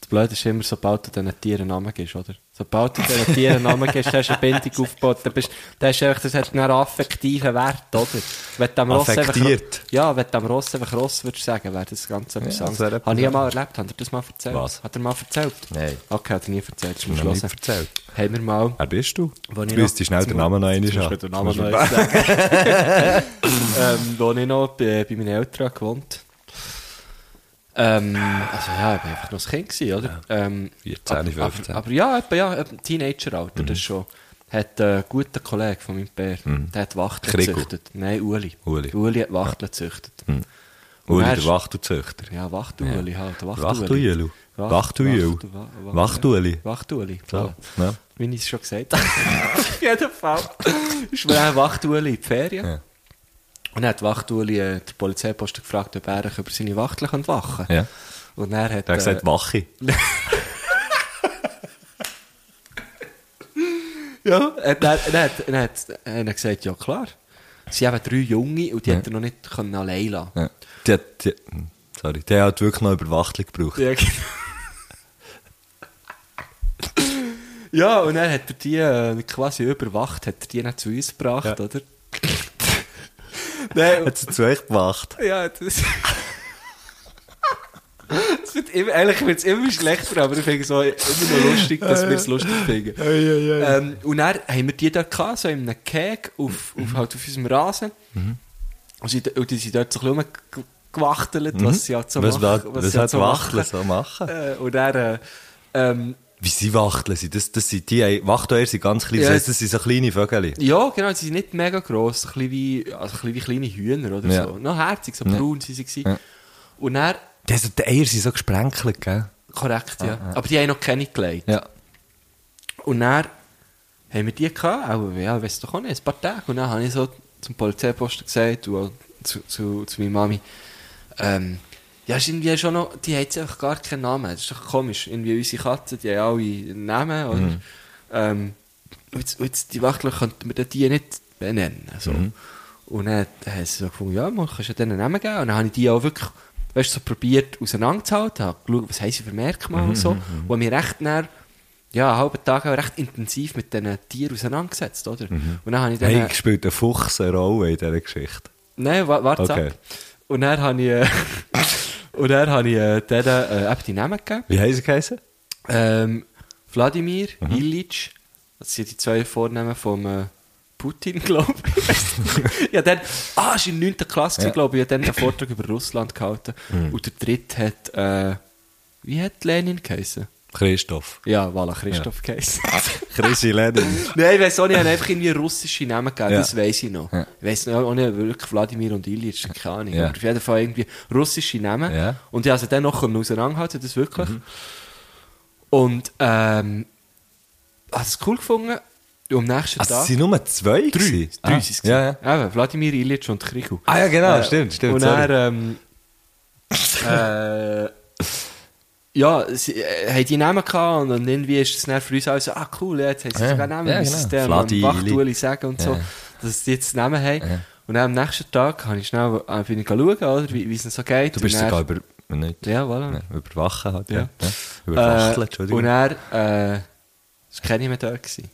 Speaker 5: das Blöde ist immer, sobald du diesen Tieren einen Namen gibst, oder? Sobald du diesen Tieren einen Namen gibst, hast du eine Bindung aufgebaut, dann bist, dann hast du einfach, das hat einen affektiven Wert, oder? Wenn du dem Ross
Speaker 2: Affektiert.
Speaker 5: Einfach, ja, wenn du dem Ross einfach Ross würdest sagen, wäre das ganz etwas
Speaker 2: Ja, das
Speaker 5: anderes.
Speaker 2: wäre
Speaker 5: Habe
Speaker 2: etwas
Speaker 5: ich ja mal erlebt, hat er das mal erzählt?
Speaker 2: Was?
Speaker 5: Hat er mal erzählt?
Speaker 2: Nein.
Speaker 5: Okay, hat er nie erzählt, das muss
Speaker 2: Noch nicht
Speaker 5: ich
Speaker 2: erzählt.
Speaker 5: Haben wir mal...
Speaker 2: Wer bist du?
Speaker 5: Wo ich
Speaker 2: Du
Speaker 5: noch-
Speaker 2: müsstest schnell den Namen noch einmal
Speaker 5: Jetzt musst du
Speaker 2: haben.
Speaker 5: den Namen noch einmal sagen. ähm, wo ich noch bei, bei meinen Eltern gewohnt ähm, Also ja, ich war einfach noch ein Kind, gewesen, oder? Ähm,
Speaker 2: 14,
Speaker 5: ab-
Speaker 2: 15.
Speaker 5: Aber, aber ja, etwa, ja, etwa Teenager-Alter,
Speaker 2: Mhm.
Speaker 5: das schon. Hat äh, ein guter Kollege von meinem Bär, der hat Wachteln
Speaker 2: Krigo.
Speaker 5: gezüchtet. Nein, Uli.
Speaker 2: Mhm. Uli. Mhm.
Speaker 5: hat Wachteln gezüchtet.
Speaker 2: Uli,
Speaker 5: Wer
Speaker 2: der
Speaker 5: ist-
Speaker 2: Wachtelzüchter.
Speaker 5: Ja, Wachtuli halt.
Speaker 2: Wachtuli.
Speaker 5: Wacht-
Speaker 2: Wachtuli.
Speaker 5: Wacht- Wa- Wa-
Speaker 2: Wachtuli.
Speaker 5: Wachtuli.
Speaker 2: So,
Speaker 5: voilà.
Speaker 2: ja.
Speaker 5: Wie ich es schon gesagt habe. Auf jeden Fall. Ist mir auch Wachtuli in die Ferien.
Speaker 2: Ja.
Speaker 5: Und dann hat Wachtuli äh, der Polizeiposten gefragt, ob er über seine Wachteln könnte wachen
Speaker 2: Ja.
Speaker 5: Und er hat...
Speaker 2: Der hat gesagt, Wachi.
Speaker 5: Ja, er, er, er, hat, er, hat, er hat gesagt, ja Dus klar. Sie haben drei Junge und die hat er noch nicht können allein lassen
Speaker 2: Ja. Die, hat- die, sorry, der hat wirklich noch Überwachtung gebraucht.
Speaker 5: Ja, genau. ja, und dann hat er die äh, quasi überwacht, hat er die dann zu uns gebracht,
Speaker 2: Ja.
Speaker 5: oder? Nein,
Speaker 2: Hat sie zu euch gewacht?
Speaker 5: und- ja, das. immer, ehrlich wird es immer schlechter, aber ich finde es auch immer noch lustig, dass wir es lustig finden.
Speaker 2: Hm?
Speaker 5: Ähm, und dann haben wir die da gehabt, so in einem Keg auf, auf, halt auf unserem Rasen.
Speaker 2: Mhm.
Speaker 5: Und, sie, und die sind dort so ein bisschen rumgewachtelt, was sie halt so
Speaker 2: Mhm. was,
Speaker 5: machen.
Speaker 2: was,
Speaker 5: was
Speaker 2: was
Speaker 5: sie halt
Speaker 2: hat
Speaker 5: so
Speaker 2: Wachteln
Speaker 5: machen.
Speaker 2: so machen?
Speaker 5: Äh, und dann, äh, ähm,
Speaker 2: Wie sie Wachteln sind. Das, das sind die, haben- Wachteln sind ganz klein. Das
Speaker 5: Ja.
Speaker 2: heisst, das sind so kleine Vögel.
Speaker 5: ja, genau, sie sind nicht mega gross, ein bisschen wie, also ein bisschen wie kleine Hühner oder
Speaker 2: Ja.
Speaker 5: so. Noch herzig, so braun sie sie.
Speaker 2: Ja.
Speaker 5: Und dann,
Speaker 2: Die, sind- die Eier sind so gesprenkelt, gell? Ah,
Speaker 5: korrekt, ja. Aber die haben noch keine gelegt.
Speaker 2: Ja.
Speaker 5: Und dann haben wir die gehabt, auch, ja, weißt du doch auch nicht, ein paar Tage. Und dann habe ich so zum Polizeiposten gesagt und auch zu, zu, zu meiner Mami, ähm, ja, ist irgendwie schon noch, die hat einfach gar keinen Namen. Das ist doch komisch. Irgendwie unsere Katzen, die haben alle einen Namen. Oder, ähm, und jetzt, und jetzt, die Wachtel könnten wir dann die nicht benennen. So. Und dann haben sie so gefunden, ja, man kannst ja denen einen Namen geben. Und dann habe ich die auch wirklich, weißt du, so probiert auseinanderzuhalten. Habe geschaut, was haben sie für Merkmale und so. Und mich recht näher, ja, einen halben Tag auch recht intensiv mit diesen Tieren auseinandergesetzt, oder? Und dann habe ich dann...
Speaker 2: Hey, spielt ein Fuchs eine Rolle in dieser Geschichte.
Speaker 5: Nein, wa warte
Speaker 2: Okay.
Speaker 5: ab. Und dann habe ich, äh, und dann habe ich äh, denen äh, eben die Namen gegeben.
Speaker 2: Wie heißt sie geheißen?
Speaker 5: Ähm, Wladimir,
Speaker 2: Mhm.
Speaker 5: Illich, das sind die zwei Vornamen von äh, Putin, glaube ich. ja, dann, ah, es war in der 9. Klasse,
Speaker 2: Ja. Mhm.
Speaker 5: glaube ich, ich habe dann einen Vortrag über Russland gehalten. Und der dritte hat, äh, wie hat Lenin geheißen?
Speaker 2: Christoph. E.
Speaker 5: Ja, voilà, Christoph geheißen.
Speaker 2: Chrissy Lenin.
Speaker 5: Nein, ich weiß auch nicht, ich habe einfach irgendwie russische Namen gegeben,
Speaker 2: Ja.
Speaker 5: das weiß ich noch.
Speaker 2: Ja.
Speaker 5: Ich weiß noch auch nicht, wirklich Wladimir und Ilyich, keine Ahnung.
Speaker 2: Ja.
Speaker 5: Aber auf jeden Fall irgendwie russische Namen.
Speaker 2: Ja. Mhm.
Speaker 5: Und ich habe sie dann noch auseinanderhalten, das wirklich. Und ähm, habe es cool gefunden. Und am nächsten
Speaker 2: Also,
Speaker 5: Tag...
Speaker 2: es sind nur zwei?
Speaker 5: drei,
Speaker 2: gewesen?
Speaker 5: drei
Speaker 2: Ah,
Speaker 5: sind es
Speaker 2: ja, ja.
Speaker 5: gewesen. Eben, Wladimir, Ilyich und Krichu.
Speaker 2: Ah, ja, genau, stimmt, stimmt.
Speaker 5: Und
Speaker 2: sorry.
Speaker 5: dann, ähm, äh, ja, sie äh, haben die Namen gehabt und dann irgendwie ist es dann für uns alle so, ah cool, ja, jetzt haben sie
Speaker 2: Ja,
Speaker 5: sogar Namen,
Speaker 2: ja,
Speaker 5: ja, müssen
Speaker 2: genau.
Speaker 5: genau.
Speaker 2: Vladi,
Speaker 5: dem Wachtuli sagen und so,
Speaker 2: Ja.
Speaker 5: dass sie jetzt Namen haben. Und dann am nächsten Tag habe ich schnell, äh, bin ich schauen, oder, wie wie es ihnen so geht.
Speaker 2: du bist
Speaker 5: Und dann-
Speaker 2: sogar über, nicht,
Speaker 5: Ja, voilà.
Speaker 2: ne, überwachen. Halt, ja.
Speaker 5: Ja.
Speaker 2: Ja. Überwachen,
Speaker 5: Äh,
Speaker 2: Entschuldigung.
Speaker 5: Und er, äh, das war keiner mehr da. Gewesen.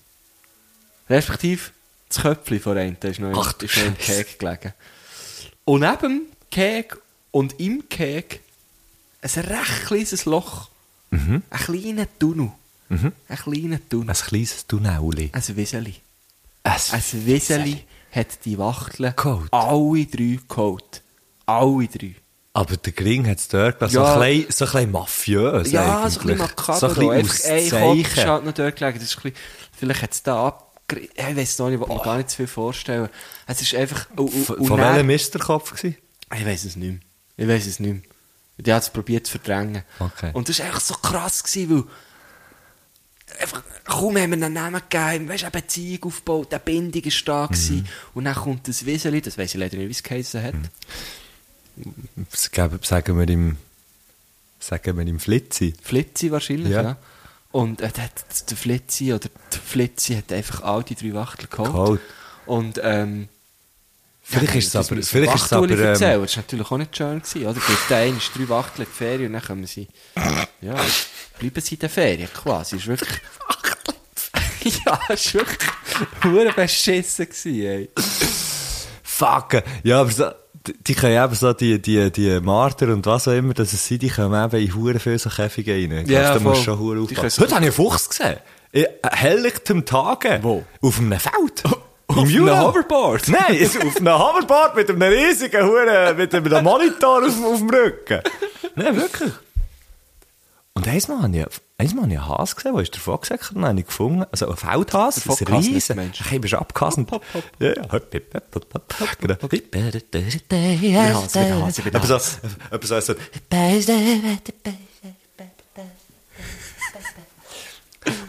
Speaker 5: Respektive, das Köpfchen von einem, der ist noch,
Speaker 2: Ach
Speaker 5: Ach,
Speaker 2: du
Speaker 5: ist noch im
Speaker 2: Scheiße.
Speaker 5: Keg gelegen. Und neben dem Keg und im Keg ein recht kleines Loch. Ein kleiner Tunnel. Ein kleiner
Speaker 2: ein
Speaker 5: Tunnel.
Speaker 2: kleines Tunnel.
Speaker 5: Ein Wieseli.
Speaker 2: Ein
Speaker 5: Ein Wieseli hat die Wachteln
Speaker 2: Geholt.
Speaker 5: alle drei geholt. Alle drei.
Speaker 2: Aber der Gring hat es dort gelassen.
Speaker 5: Ja.
Speaker 2: So ein bisschen, so ein bisschen mafiös.
Speaker 5: Ja,
Speaker 2: eigentlich.
Speaker 5: so ein bisschen makaber.
Speaker 2: So ein bisschen
Speaker 5: einfach ein
Speaker 2: auszeichnen.
Speaker 5: Kopf hat halt noch dort gelegen. Das ist ein bisschen, vielleicht hat es da abgerissen. Ich weiß noch nicht, ich kann mir gar nicht zu viel vorstellen. Es ist einfach... und- und-
Speaker 2: Von
Speaker 5: und
Speaker 2: von
Speaker 5: dann-
Speaker 2: welchem ist der Kopf? Gewesen?
Speaker 5: Ich weiß es nicht mehr. Ich weiß es nicht mehr. Die hat es probiert zu verdrängen.
Speaker 2: Okay.
Speaker 5: Und das war einfach so krass, gewesen, weil... Einfach, kaum haben wir einen Namen gegeben, weißt du, eine Beziehung aufgebaut, eine Bindung war da. gewesen.
Speaker 2: Mhm.
Speaker 5: Und dann kommt das Wieseli, das weiß ich leider nicht, wie es geheißen hat.
Speaker 2: Das gäbe- Sagen wir im, sagen wir im Flitzi.
Speaker 5: Flitzi wahrscheinlich,
Speaker 2: Ja.
Speaker 5: ja. Und äh, der, der Flitzi oder die Flitzi hat einfach all die drei Wachtel geholt.
Speaker 2: Geholt.
Speaker 5: Und ähm,
Speaker 2: Vielleicht
Speaker 5: ja,
Speaker 2: ist es
Speaker 5: das
Speaker 2: aber-
Speaker 5: müssen
Speaker 2: vielleicht ist es
Speaker 5: Wachtuli
Speaker 2: aber, ähm,
Speaker 5: erzählen. Das war natürlich auch nicht schön. Gewesen, oder? Gibt der eine drei Wachtel in die Ferien und dann kommen sie... Ja, bleiben sie in der Ferien quasi. Ist wirklich... ja, ist wirklich... Hure beschissen gewesen, ey.
Speaker 2: Fuck! Ja, aber so, die, die können eben so die, die, die Marder und was auch immer, dass es sind, die kommen eben in Huren für so Käfige rein. Ich
Speaker 5: Ja,
Speaker 2: glaub, da musst du
Speaker 5: voll.
Speaker 2: schon Huren
Speaker 5: Die
Speaker 2: aufpassen.
Speaker 5: können-
Speaker 2: Heute habe ich einen Fuchs gesehen. In helllichtem Tage.
Speaker 5: Wo?
Speaker 2: Auf einem Feld.
Speaker 5: auf einem Hoverboard?
Speaker 2: Nein, es- auf einem Hoverboard mit einem riesigen Huren, mit einem Monitor auf, auf dem Rücken. Nein, wirklich. Und einmal habe ich, einmal habe ich einen Hase gesehen, wo ist der Fuchs gesehen? Den habe ich gefunden. Also ein Feldhase,
Speaker 5: Der
Speaker 2: ein
Speaker 5: Fockhasen,
Speaker 2: riesen.
Speaker 5: meinst du?
Speaker 2: Ich bin schon abgehasend.
Speaker 5: Hopp, hopp, hopp.
Speaker 2: Ja, ja. Hopp, hopp, hopp, hopp, hopp. Genau.
Speaker 5: Hase, bei der Hase, bei der
Speaker 2: Etwas als- etwas als so.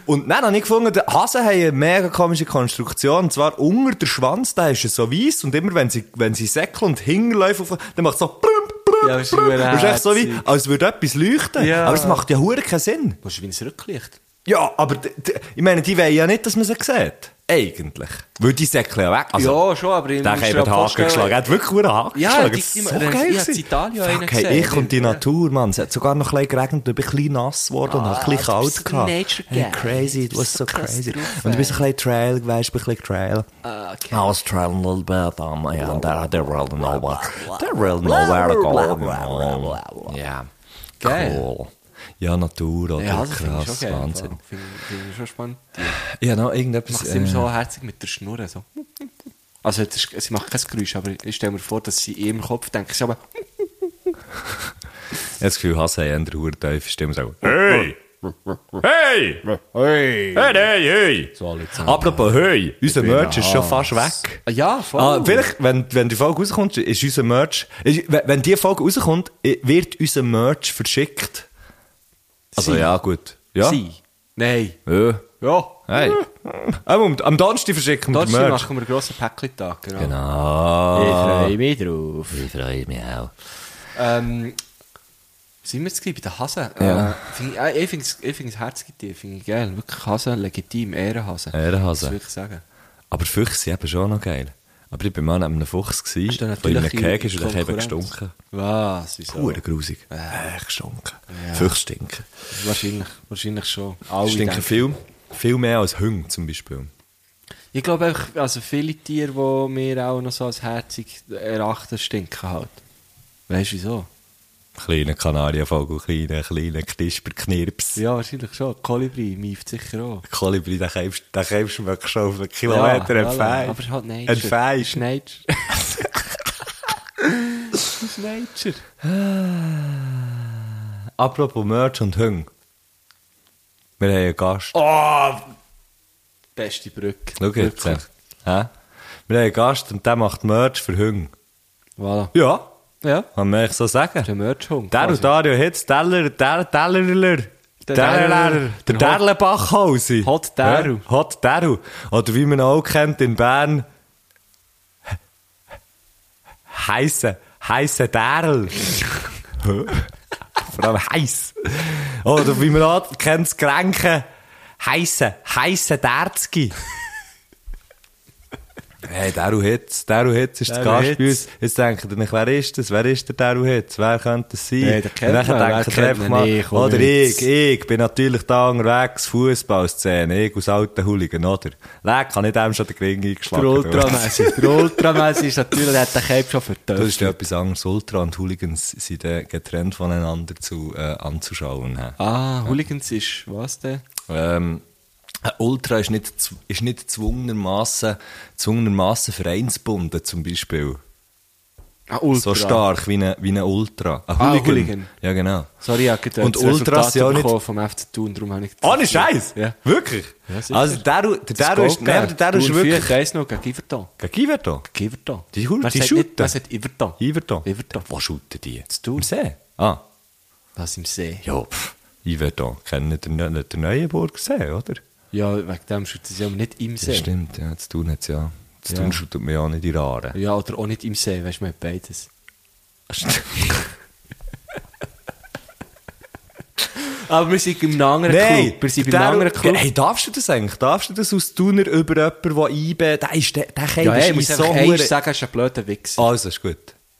Speaker 2: Und dann habe ich gefunden, die Hasen haben eine mega komische Konstruktion. Und zwar unter der Schwanz, da ist er so weiß und immer wenn sie, wenn sie säckeln und hinläuft, dann macht es so brüm, brüm, ja,
Speaker 5: Ja, das ist
Speaker 2: brüm. Und es ist echt so wie,
Speaker 5: herzig.
Speaker 2: als würde etwas leuchten.
Speaker 5: Genau. Ja.
Speaker 2: Aber es macht ja hure keinen Sinn.
Speaker 5: Du hast wie ein Rücklicht.
Speaker 2: Ja, aber d- d- ich meine, die wollen ja nicht, dass man sie sieht. Eigentlich. Weil die säckeln ja weg.
Speaker 5: ja, schon, aber... ich
Speaker 2: Also, Der hat
Speaker 5: muss dir
Speaker 2: eben den Haken
Speaker 5: vorstellen-
Speaker 2: geschlagen. Er hat wirklich einen Haken
Speaker 5: Ja,
Speaker 2: geschlagen.
Speaker 5: die-
Speaker 2: Das
Speaker 5: die-
Speaker 2: ist so
Speaker 5: die-
Speaker 2: geil.
Speaker 5: ich hab's
Speaker 2: gewesen.
Speaker 5: in Italien
Speaker 2: Fuck,
Speaker 5: einen
Speaker 2: hey,
Speaker 5: gesehen.
Speaker 2: ich und die
Speaker 5: Ja.
Speaker 2: Natur, Mann. Es hat sogar noch ein bisschen geregnet und ich war ein bisschen nass geworden und hat ein bisschen
Speaker 5: du
Speaker 2: kalt
Speaker 5: bist
Speaker 2: gehabt.
Speaker 5: ein Ah, Nature
Speaker 2: Hey,
Speaker 5: Guy.
Speaker 2: crazy, it
Speaker 5: Du
Speaker 2: was
Speaker 5: bist
Speaker 2: so
Speaker 5: so krass
Speaker 2: crazy.
Speaker 5: drauf,
Speaker 2: Und du bist
Speaker 5: ey.
Speaker 2: ein bisschen trail, weißt du, ein bisschen trail.
Speaker 5: Ah, okay.
Speaker 2: I was trailing a little bit, um, yeah, and they're, they're really nowhere. They're really nowhere to go. you know. Yeah.
Speaker 5: Geil.
Speaker 2: Cool. ja, Natur oder
Speaker 5: Ja, das finde ich schon
Speaker 2: krass,
Speaker 5: geil.
Speaker 2: Wahnsinn. äh,
Speaker 5: Finde find ich schon spannend.
Speaker 2: Ja, noch
Speaker 5: Die macht
Speaker 2: irgendetwas.
Speaker 5: es ihm so herzig mit der Schnur. So. Also, das ist, sie macht kein Geräusch, aber ich stelle mir vor, dass sie in ihrem Kopf denkt, sie aber,
Speaker 2: Ich habe das Gefühl, Hasse haben der Hure Teufel Stimme sagen: Hey! Hey! Hey! Hey, hey, hey! Apropos hey! Unser Merch ist schon fast weg.
Speaker 5: ah, ja, voll.
Speaker 2: Ah, vielleicht, wenn, wenn die Folge rauskommt, ist unser Merch. Ist, wenn wenn die Folge rauskommt, i- wird unser Merch verschickt. Also
Speaker 5: Sie.
Speaker 2: ja, gut. Ja.
Speaker 5: Sie? Nein.
Speaker 2: Ja.
Speaker 5: Ja.
Speaker 2: Hey. Am, am- am Donnerstag verschicken wir
Speaker 5: Dort
Speaker 2: den Merch.
Speaker 5: machen wir einen grossen Päckchen-Tag. Genau.
Speaker 2: Genau.
Speaker 5: mich drauf.
Speaker 2: Ich freue mich auch.
Speaker 5: Ähm, sind wir jetzt gleich bei den Hasen?
Speaker 2: Ja.
Speaker 5: Äh, find ich äh, ich finde es ich find's herzig, die finde ich geil. Wirklich Hasen, legitim, Ehrenhasen.
Speaker 2: Ehrenhasen.
Speaker 5: Muss ich wirklich sagen.
Speaker 2: Aber Füchse sind eben schon noch geil. Aber ich war mal an einem Fuchs,
Speaker 5: Ist
Speaker 2: der
Speaker 5: dann
Speaker 2: in
Speaker 5: natürlich
Speaker 2: einem Keg ist
Speaker 5: in
Speaker 2: und ich habe
Speaker 5: Konkurrenz.
Speaker 2: gestunken.
Speaker 5: Was? Wieso?
Speaker 2: Pure grusig. Äh, gestunken. Füchse stinken.
Speaker 5: Wahrscheinlich, wahrscheinlich schon. Alle
Speaker 2: stinken
Speaker 5: denken-
Speaker 2: viel, viel mehr als Hüng zum Beispiel.
Speaker 5: Ich glaube einfach, also viele Tiere, die wir auch noch so als herzig erachten, stinken halt. Weißt du wieso?
Speaker 2: Kleiner Kanarienvogel, kleiner, kleiner Knisperknirps.
Speaker 5: Ja, wahrscheinlich schon. Kolibri mieft sicher auch.
Speaker 2: Kolibri, den kämpfst den kämpfst du wirklich schon auf einen Kilometer
Speaker 5: ja, voilà.
Speaker 2: entfernt.
Speaker 5: Aber es ist halt Nature.
Speaker 2: Entfernt.
Speaker 5: Es ist Nature. Es ist Nature.
Speaker 2: Apropos Merch und Hüng. Wir haben einen Gast.
Speaker 5: Oh, Beste Brücke.
Speaker 2: Schau jetzt.
Speaker 5: Wirklich.
Speaker 2: Hä? Wir haben einen Gast und der macht Merch für Hüng.
Speaker 5: Voilà.
Speaker 2: Ja,
Speaker 5: Ja.
Speaker 2: kann man eigentlich so sagen.
Speaker 5: Der Merch-Hund.
Speaker 2: Der und
Speaker 5: quasi.
Speaker 2: Dario Hitz, Teller, Teller, Tellerler.
Speaker 5: Der
Speaker 2: Tellerler.
Speaker 5: Tellerler.
Speaker 2: Der
Speaker 5: Der Hot-
Speaker 2: Derlenbachhausi.
Speaker 5: Hot Deru.
Speaker 2: Ja, Hot Deru. Oder wie man ihn auch kennt in Bern. Heiße, heiße Derl. Hä? Vor allem heiß. Oder wie man auch kennt, das Kränke. Heiße, heiße Derzki. Hey, Daru Hitz, Daru Hitz ist der
Speaker 5: Daru
Speaker 2: Gast bei
Speaker 5: Hitz.
Speaker 2: uns. Jetzt denken die nicht, wer ist das? Wer ist der Daru Hitz? Wer könnte das sein?
Speaker 5: Hey, den kennt
Speaker 2: Und dann
Speaker 5: man,
Speaker 2: denken
Speaker 5: wer
Speaker 2: die
Speaker 5: kennt
Speaker 2: einfach
Speaker 5: ihn
Speaker 2: mal,
Speaker 5: nicht? Komm
Speaker 2: oder
Speaker 5: jetzt.
Speaker 2: ich, ich bin natürlich da unterwegs, Fußballszene, ich aus alten Hooligan, oder? Leck, kann ich dem schon den Gring
Speaker 5: Der
Speaker 2: eingeschlagen.
Speaker 5: Ultramässig. Der Ultramässig ist natürlich, der hat den Cape schon
Speaker 2: Das ist
Speaker 5: vertöpft.
Speaker 2: ja etwas anderes. Ultra und Hooligans sind äh, getrennt voneinander zu, äh, anzuschauen. hä?
Speaker 5: Ah, Hooligans ist, was denn?
Speaker 2: Ähm, ein Ultra ist nicht, zw- ist nicht zwungenermassen, zwungenermassen vereinsbunden, zum Beispiel.
Speaker 5: Ah, Ultra.
Speaker 2: So stark wie ein, wie ein Ultra. Ein
Speaker 5: Ah,
Speaker 2: Hooligan.
Speaker 5: Hooligan.
Speaker 2: Ja, genau.
Speaker 5: Sorry, ich habe
Speaker 2: Und Ultras sind auch nicht-
Speaker 5: bekommen vom FC Thun, darum habe ich
Speaker 2: Ohne Scheiß!
Speaker 5: Ja.
Speaker 2: Wirklich!
Speaker 5: Ja, sicher.
Speaker 2: also, der, der, der ist, nein, aber der, der ist
Speaker 5: Ich
Speaker 2: wirklich.
Speaker 5: weiss noch, gegen Iverton.
Speaker 2: Gegen Iverton.
Speaker 5: Gegen Iverton.
Speaker 2: Die Hure-
Speaker 5: Wer
Speaker 2: die
Speaker 5: sagt nicht-
Speaker 2: shooten.
Speaker 5: Wer sagt Iverton?
Speaker 2: Iverton.
Speaker 5: Iverton.
Speaker 2: Wo shooten die? Zu
Speaker 5: Thun.
Speaker 2: Im See? Ah,
Speaker 5: Was im See?
Speaker 2: ja, pff. Iverton. Kennen den, Neu- den Neuenburg See, oder?
Speaker 5: Ja, wegen dem schützen sie auch nicht im
Speaker 2: Ja,
Speaker 5: See.
Speaker 2: stimmt, ja, zu tun hat's ja. Zu tun
Speaker 5: Ja.
Speaker 2: shootet man ja auch nicht in Rare.
Speaker 5: Ja, oder auch nicht im See, weißt du, man hat beides. Aber wir sind im anderen Club. Wir sind im
Speaker 2: der-
Speaker 5: anderen Club.
Speaker 2: Hey, darfst du das eigentlich? Darfst du das aus Tuner über jemanden, der einbe... Der ist, der, der Kind
Speaker 5: ja, hey, ich
Speaker 2: ist
Speaker 5: muss
Speaker 2: so
Speaker 5: einfach
Speaker 2: hure-
Speaker 5: eins sagen, er ist ein blöder Wichser.
Speaker 2: Also, ist gut.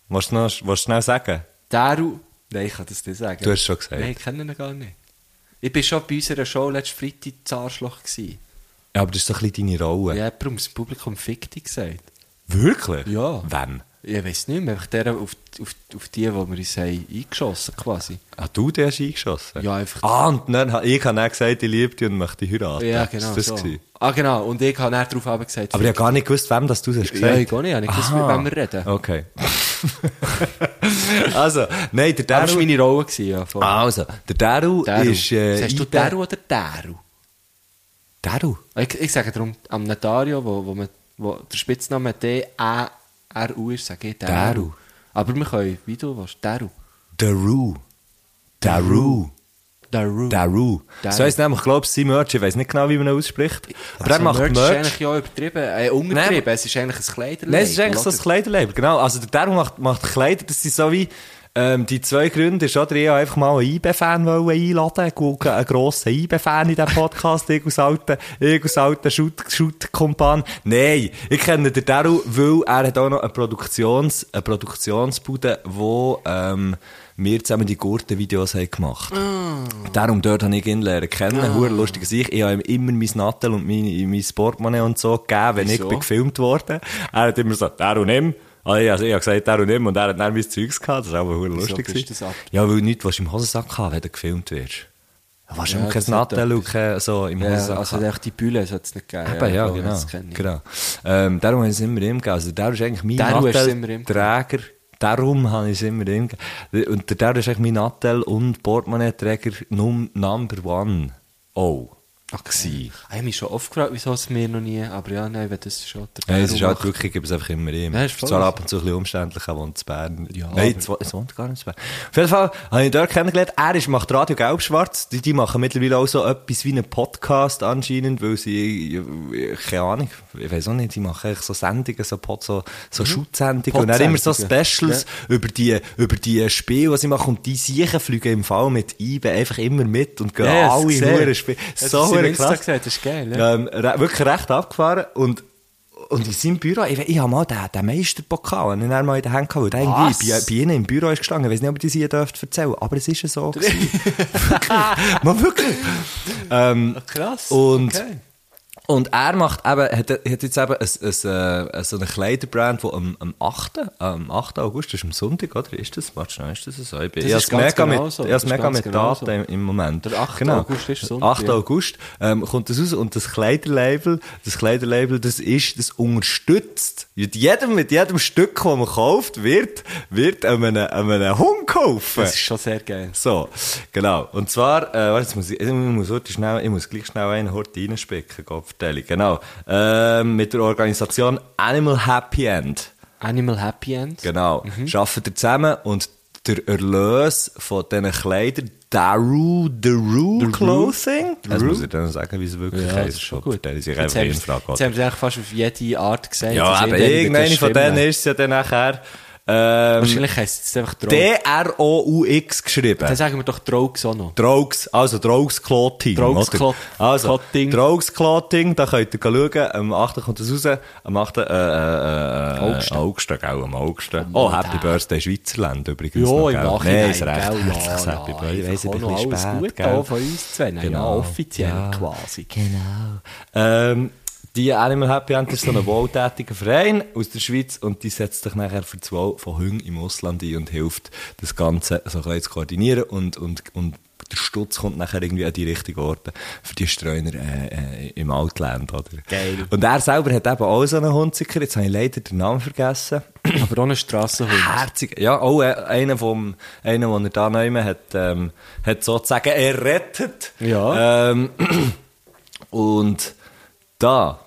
Speaker 2: Willst du, noch, willst du schnell sagen?
Speaker 5: Daru. Nein, ich kann das nicht sagen.
Speaker 2: Du hast schon gesagt.
Speaker 5: Nein, ich kenne ihn gar nicht. Ich war schon bei unserer Show letzten Freitag das Arschloch. Gewesen.
Speaker 2: Ja, aber das ist so ein bisschen deine Rolle.
Speaker 5: Ja, darum das Publikum fick dich gesagt.
Speaker 2: Wirklich?
Speaker 5: Ja.
Speaker 2: Wem?
Speaker 5: Ich weiß nicht mehr, einfach der auf, auf, auf die, die wir uns haben eingeschossen quasi.
Speaker 2: Ah, du, der hast eingeschossen?
Speaker 5: Ja, einfach-
Speaker 2: Ah, und dann, hab- ich habe dann gesagt, ich liebe dich und möchte dich heiraten.
Speaker 5: Oh Ja, genau.
Speaker 2: Ist das
Speaker 5: so.
Speaker 2: gewesen?
Speaker 5: Ah, genau. Und ich habe dann darauf gesagt,
Speaker 2: Aber ich habe gar nicht gewusst, wem das du das gesagt Ah.
Speaker 5: Ja, ich gar nicht. Ich habe nicht gewusst, mit wem wir reden.
Speaker 2: Okay. also, nein, der
Speaker 5: das war
Speaker 2: Daru...
Speaker 5: meine Rolle. Gewesen, ja, voll.
Speaker 2: Also, der Daru,
Speaker 5: Daru.
Speaker 2: ist... Äh,
Speaker 5: Sagst du
Speaker 2: Ibe-
Speaker 5: Daru oder Daru?
Speaker 2: Daru?
Speaker 5: Ich, ich sage darum, am Notario, wo, wo, man, wo der Spitzname D-A-R-U ist, sage ich Daru.
Speaker 2: Daru.
Speaker 5: Aber wir können, wie du willst, Daru.
Speaker 2: Daru. Daru. Daru.
Speaker 5: Daru. Daru.
Speaker 2: So heisst nämlich, glaube ich, sein Merch. Ich weiss nicht genau, wie man ihn ausspricht. Aber er macht
Speaker 5: Also Merch ist
Speaker 2: Merch.
Speaker 5: eigentlich ja übertrieben, äh, untertrieben. es ist eigentlich ein Kleiderlabel.
Speaker 2: Nein, es ist eigentlich so ein
Speaker 5: oder?
Speaker 2: Kleiderlabel, genau. Also der Darum macht, macht Kleider, das sind so wie ähm, die zwei Gründe, ist oder ich wollte einfach mal einen IB-Fan wollen einladen, Guck, einen grossen IB-Fan in diesem Podcast, ich aus alten, ich aus alten Shoot- Shoot-Kumpan. Nein, ich kenne den Darum, weil er hat auch noch eine, Produktions, eine Produktionsbude, wo ähm, wir zusammen die Gurten-Videos haben gemacht Darum dort habe ich ihn lernen kennen. Ah. Hure lustig ich. Ich habe ihm immer mein Nattel und mein, mein Portemonnaie und so gegeben, wenn
Speaker 5: Wieso?
Speaker 2: ich bin gefilmt wurde. Er hat immer gesagt, Darum nimm. Also ich, also ich habe gesagt, der und immer, und er hat dann mein Zeugs gehabt, das war aber verdammt
Speaker 5: Wieso
Speaker 2: lustig. gewesen.
Speaker 5: bist du das ab-
Speaker 2: Ja, weil nichts, was du im Hosensack haben, wenn du gefilmt wirst. Ja, wahrscheinlich
Speaker 5: Ja,
Speaker 2: kein
Speaker 5: das hat
Speaker 2: Nattel und kein so im
Speaker 5: Ja,
Speaker 2: Hosensack.
Speaker 5: also
Speaker 2: haben.
Speaker 5: echt die Bühne hat es nicht gegeben.
Speaker 2: Eben, ja,
Speaker 5: voll,
Speaker 2: genau.
Speaker 5: das kenn ich.
Speaker 2: genau. Ähm, darum habe ich es immer ihm gegeben. Also, der ist eigentlich mein
Speaker 5: Darum hast du es immer ihm
Speaker 2: Nattelträger. Darum habe ich es immer ihm gegeben. Und der, der ist eigentlich mein Nattel- und Portemonnaie-Träger num Number One. Oh. Ach, gsi.
Speaker 5: Ah, Ich habe mich schon oft gefragt, wieso es mir noch nie, aber ja, nein, wenn das schon der
Speaker 2: Nein, es ist
Speaker 5: Darum
Speaker 2: halt wirklich, ich gebe es einfach immer ihm.
Speaker 5: Ja,
Speaker 2: Es
Speaker 5: ist
Speaker 2: ist
Speaker 5: voll
Speaker 2: zwar
Speaker 5: so.
Speaker 2: ab und zu ein bisschen umständlich, er wohnt in Bern.
Speaker 5: Ja,
Speaker 2: Nein,
Speaker 5: aber-
Speaker 2: es wo- es wohnt gar nicht in Bern. Auf jeden Fall habe ich dort kennengelernt, er ist, macht Radio Gelb-Schwarz. Die, die machen mittlerweile auch so etwas wie einen Podcast anscheinend, weil sie, keine Ahnung, ich weiß auch nicht, die machen eigentlich so Sendungen, so, Pod, so, so Schutzsendungen und dann immer so
Speaker 5: Mhm. Podsendungen.
Speaker 2: Specials über die, über die Spiele, die sie machen. Und die Siechen fliegen im Fall mit IBE einfach immer mit und gehen
Speaker 5: Ja, ja, das
Speaker 2: alle
Speaker 5: gesehen.
Speaker 2: in Spiele.
Speaker 5: Das
Speaker 2: So
Speaker 5: hast
Speaker 2: verdammt
Speaker 5: du im Insta
Speaker 2: krass.
Speaker 5: gesagt, das ist geil, ja.
Speaker 2: Ja, ähm, re wirklich recht abgefahren und und in seinem Büro, ich, we- ich habe mal den, den Meisterpokal, den ich dann mal in den Händen hatte, weil der
Speaker 5: Was?
Speaker 2: irgendwie bei, bei ihnen im Büro ist gestanden. Ich weiß nicht, ob ich das hier dürfte erzählen aber es ist ja so. gewesen. wirklich. Man, wirklich. Ähm,
Speaker 5: Ach, krass.
Speaker 2: und,
Speaker 5: okay.
Speaker 2: und er macht eben, hat, hat jetzt eben ein, ein, äh, so eine Kleiderbrand, die am, am, 8., am 8. August, das ist am Sonntag, oder? Ist das? Warte schnell, ist das so? Ich bin, ich
Speaker 5: Das ist
Speaker 2: hab's
Speaker 5: ganz
Speaker 2: mega
Speaker 5: genau
Speaker 2: mit,
Speaker 5: so.
Speaker 2: ich hab's
Speaker 5: Das ist
Speaker 2: mega
Speaker 5: ganz
Speaker 2: mit
Speaker 5: genau
Speaker 2: Daten
Speaker 5: so.
Speaker 2: im, im Moment.
Speaker 5: Der 8. August ist Sonntag,
Speaker 2: 8.
Speaker 5: ja.
Speaker 2: August ähm, kommt das raus und das Kleiderlabel, das Kleiderlabel, das ist, das unterstützt. Mit jedem, mit jedem Stück, das man kauft, wird, wird einem, einem Hund kaufen.
Speaker 5: Das ist schon sehr geil.
Speaker 2: So, genau. Und zwar, äh, warte, jetzt muss ich, ich muss, heute schnell, ich muss gleich schnell einen Hort reinspicken, Gottverteilung. Genau. Ähm, mit der Organisation Animal Happy End.
Speaker 5: Animal Happy End.
Speaker 2: Genau.
Speaker 5: Mhm.
Speaker 2: Arbeiten ihr zusammen und der Erlös von diesen Kleidern, Daru, Daru Clothing. Das muss ich dann sagen, wie es wirklich
Speaker 5: Ja, das
Speaker 2: heisst.
Speaker 5: ist schon
Speaker 2: Gott,
Speaker 5: gut.
Speaker 2: Das ist
Speaker 5: Jetzt
Speaker 2: einfach
Speaker 5: haben
Speaker 2: eine
Speaker 5: wir's-
Speaker 2: Frage.
Speaker 5: Jetzt haben wir es fast auf jede Art gesagt.
Speaker 2: Ja,
Speaker 5: Das ist
Speaker 2: aber
Speaker 5: irgendeine mit der
Speaker 2: irgendeine von
Speaker 5: Stimme.
Speaker 2: denen ist es ja dann nachher, ähm,
Speaker 5: ne? Wahrscheinlich heisst es einfach Drogs.
Speaker 2: D-R-O-U-X geschrieben.
Speaker 5: Dann sagen wir doch Drogs auch noch.
Speaker 2: Drogs, also Drogs Clotting.
Speaker 5: Drogs
Speaker 2: oder?
Speaker 5: Clot-
Speaker 2: also,
Speaker 5: Clotting.
Speaker 2: Drogs Clotting, da könnt ihr schauen. Am 8. kommt es raus. Am 8. Äh, äh, äh, August.
Speaker 5: August.
Speaker 2: August, gell, am August. Oh, Happy Birthday Schweizerland übrigens.
Speaker 5: Ja,
Speaker 2: noch,
Speaker 5: im
Speaker 2: gell?
Speaker 5: Nachhinein,
Speaker 2: Nein, ist recht.
Speaker 5: gell, ja,
Speaker 2: Herzliches
Speaker 5: ja,
Speaker 2: Happy Birthday. Ich
Speaker 5: einfach
Speaker 2: weiss, ich
Speaker 5: auch
Speaker 2: bin
Speaker 5: noch
Speaker 2: ein bisschen
Speaker 5: alles
Speaker 2: spät,
Speaker 5: Gute
Speaker 2: gell?
Speaker 5: auch von uns zwei. Nein, ja, offiziell quasi.
Speaker 2: Genau. Ähm, die Animal Happy End ist so ein wohltätiger Verein aus der Schweiz und die setzt sich nachher für zwei von Hüng im Ausland ein und hilft, das Ganze so ein bisschen zu koordinieren und, und, und der Stutz kommt nachher irgendwie an die richtigen Orte für die Streuner äh, äh, im Outland. Oder?
Speaker 5: Geil.
Speaker 2: Und er selber hat eben auch so einen Hundsicker, jetzt habe ich leider den Namen vergessen.
Speaker 5: Aber ohne Strassenhund.
Speaker 2: Herzig. Ja, auch äh, einer, vom, einer, den er da nehmen hat, ähm, hat sozusagen errettet.
Speaker 5: Ja.
Speaker 2: Ähm, und da,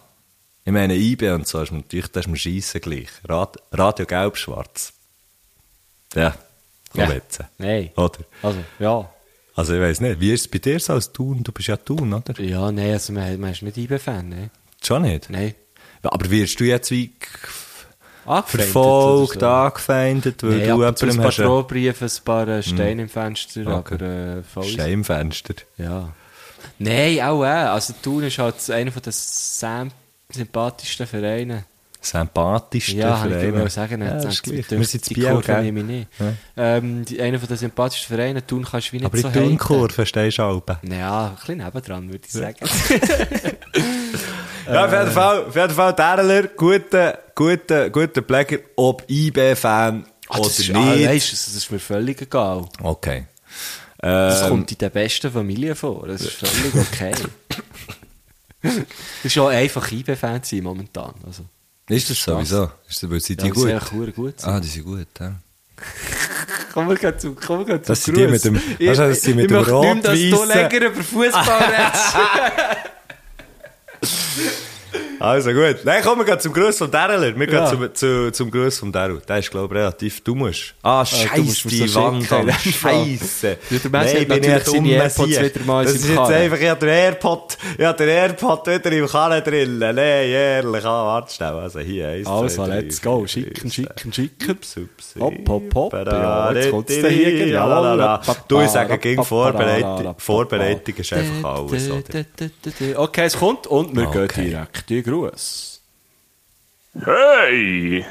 Speaker 2: ich meine, IB und so, ist mir natürlich, das ist mir scheiße gleich. Rad, Radio Gelb-Schwarz. Ja, komm
Speaker 5: Ja.
Speaker 2: jetzt.
Speaker 5: Nein.
Speaker 2: Oder?
Speaker 5: Also, ja.
Speaker 2: Also, ich weiß nicht, wie ist es bei dir so als Thun? Du bist ja Thun, oder?
Speaker 5: Ja, nein, also man, man ist nicht IB-Fan, ne?
Speaker 2: Schon nicht?
Speaker 5: Nein.
Speaker 2: Aber wirst du jetzt wie
Speaker 5: Angefeindet
Speaker 2: verfolgt,
Speaker 5: oder so.
Speaker 2: angefeindet, weil
Speaker 5: Nein,
Speaker 2: du
Speaker 5: ab und zu ein
Speaker 2: jemandem
Speaker 5: paar
Speaker 2: hast Hm. einen
Speaker 5: Drohbriefe, ein paar äh, Steine im Fenster,
Speaker 2: Okay.
Speaker 5: aber äh, voll
Speaker 2: Stein im Fenster?
Speaker 5: Ja. Nein, auch äh. Also Thun ist halt einer von den sam- sympathischsten Vereinen.
Speaker 2: sympathischsten
Speaker 5: Ja, habe ich
Speaker 2: Vereine.
Speaker 5: dir sagen.
Speaker 2: Ja,
Speaker 5: jetzt
Speaker 2: das
Speaker 5: hat's
Speaker 2: ist gleich.
Speaker 5: gedacht,
Speaker 2: Wir sind zu
Speaker 5: die
Speaker 2: Biel,
Speaker 5: Kurve
Speaker 2: gell?
Speaker 5: nehme ich nicht.
Speaker 2: Ja.
Speaker 5: Ähm, die, einer von den sympathischsten Vereinen, Thun kannst du wie nicht
Speaker 2: Aber
Speaker 5: so
Speaker 2: die Turnkur,
Speaker 5: haten.
Speaker 2: verstehst du Alben?
Speaker 5: Ja, ein bisschen nebendran, würde ich sagen.
Speaker 2: Ja, auf jeden Fall, auf jeden Fall, Derler, guter, guter, guter Pläger, ob IB-Fan
Speaker 5: Ah,
Speaker 2: oder
Speaker 5: das, ist, ah,
Speaker 2: nicht.
Speaker 5: weisst du, das ist mir völlig egal.
Speaker 2: okay.
Speaker 5: Das
Speaker 2: Ähm,
Speaker 5: kommt in der besten Familie vor. Das ist völlig okay. das ist ja einfach IB-Fan sein momentan. Also,
Speaker 2: ist das sowieso? Ist das, weil sind
Speaker 5: ja,
Speaker 2: die
Speaker 5: das
Speaker 2: gut?
Speaker 5: ist echt verdammt gut.
Speaker 2: Ah, die sind gut, ja.
Speaker 5: Komm, wir gehen zum, komm, wir gehen zum
Speaker 2: Das sind die mit dem- weißt du, das sind mit dem
Speaker 5: nicht, dass du
Speaker 2: rot-weissen-
Speaker 5: länger über Fußball redest.
Speaker 2: Also gut. Nein, komm, wir gehen zum Gruß von Derler. Wir gehen
Speaker 5: Ja.
Speaker 2: zum, zu, zum Gruß von Derl. Der ist, glaube ich, relativ, du musst. Ah,
Speaker 5: du musst
Speaker 2: scheiße,
Speaker 5: mir
Speaker 2: die
Speaker 5: so
Speaker 2: Wand.
Speaker 5: schicken,
Speaker 2: an.
Speaker 5: in dem Fall.
Speaker 2: Scheiße.
Speaker 5: Ja, der Messi hat
Speaker 2: bin ich
Speaker 5: natürlich
Speaker 2: echt
Speaker 5: seine
Speaker 2: dumm,
Speaker 5: AirPods
Speaker 2: Messi.
Speaker 5: wieder mal in
Speaker 2: Das ist jetzt
Speaker 5: seinem Karren.
Speaker 2: einfach, ich habe den AirPod, ich habe den AirPod wieder im Karren drin. Nein, ehrlich, ah, warte schnell. Also hier, eins,
Speaker 5: Also,
Speaker 2: zwei, drei,
Speaker 5: let's go.
Speaker 2: vier,
Speaker 5: Schicken,
Speaker 2: fünf,
Speaker 5: schicken, schicken.
Speaker 2: sechs, sieben,
Speaker 5: Hopp, hopp, hopp.
Speaker 2: sieben,
Speaker 5: Ja, jetzt kommt's genau.
Speaker 2: acht,
Speaker 5: der Jäger. Ja,
Speaker 2: la, la, la.
Speaker 5: la, la,
Speaker 2: Du, ich
Speaker 5: la, la,
Speaker 2: sage, gegen
Speaker 5: la, la, la,
Speaker 2: Vorbereitung,
Speaker 5: la,
Speaker 2: Vorbereitung ist einfach alles, oder?
Speaker 5: Okay, es kommt und wir
Speaker 2: Okay.
Speaker 5: gehen direkt. Die Gruß.
Speaker 1: Hey!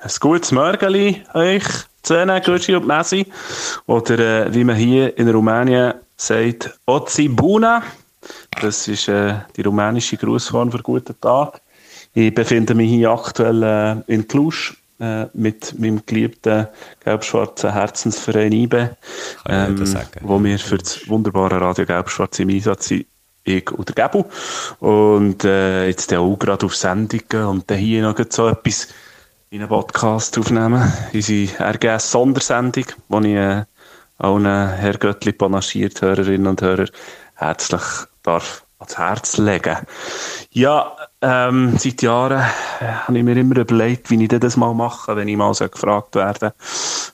Speaker 1: Ein gutes Mörgeli euch, Zähne, Gucci und Messi. Oder äh, wie man hier in Rumänien sagt, Ozi Buna. Das ist äh, die rumänische Grußform für guten Tag. Ich befinde mich hier aktuell äh, in Cluj äh, mit meinem geliebten gelb-schwarzen Herzensverein IBE,
Speaker 2: Kann ich nicht
Speaker 1: ähm,
Speaker 2: sagen.
Speaker 1: wo wir für das wunderbare Radio Gelb-Schwarz im Einsatz sind. Ich und der Gebu. Und äh, jetzt dann auch gerade auf Sendung gehen und dann hier noch gleich so etwas in einen Podcast aufnehmen. Unsere RGS-Sondersendung, wo ich äh, allen Herr Göttli panaschiert Hörerinnen und Hörer herzlich darf ans Herz legen. Ja, ähm, seit Jahren äh, habe ich mir immer überlegt, wie ich denn das mal mache, wenn ich mal so gefragt werde.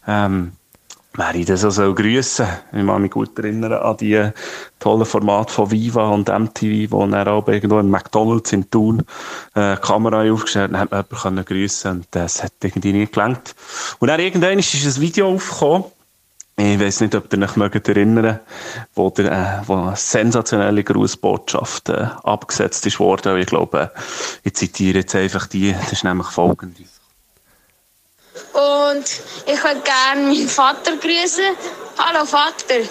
Speaker 1: Ähm, wer ich das also grüßen. Ich kann mich gut erinnern an die eh, tollen Formate von Viva und MTV, wo dann auch irgendwo in McDonalds in Thun äh, die Kamera aufgestellt und hat man jemanden grüßen und das hat irgendwie nie gelangt. Und dann irgendwann ist ein Video aufgekommen, ich weiß nicht, ob ihr euch mögt erinnern wo, der, äh, wo eine sensationelle Grußbotschaft äh, abgesetzt ist worden. Und Ich glaube, äh, ich zitiere jetzt einfach die, das ist nämlich folgende.
Speaker 6: Und ich würde gerne meinen Vater grüßen. Hallo Vater.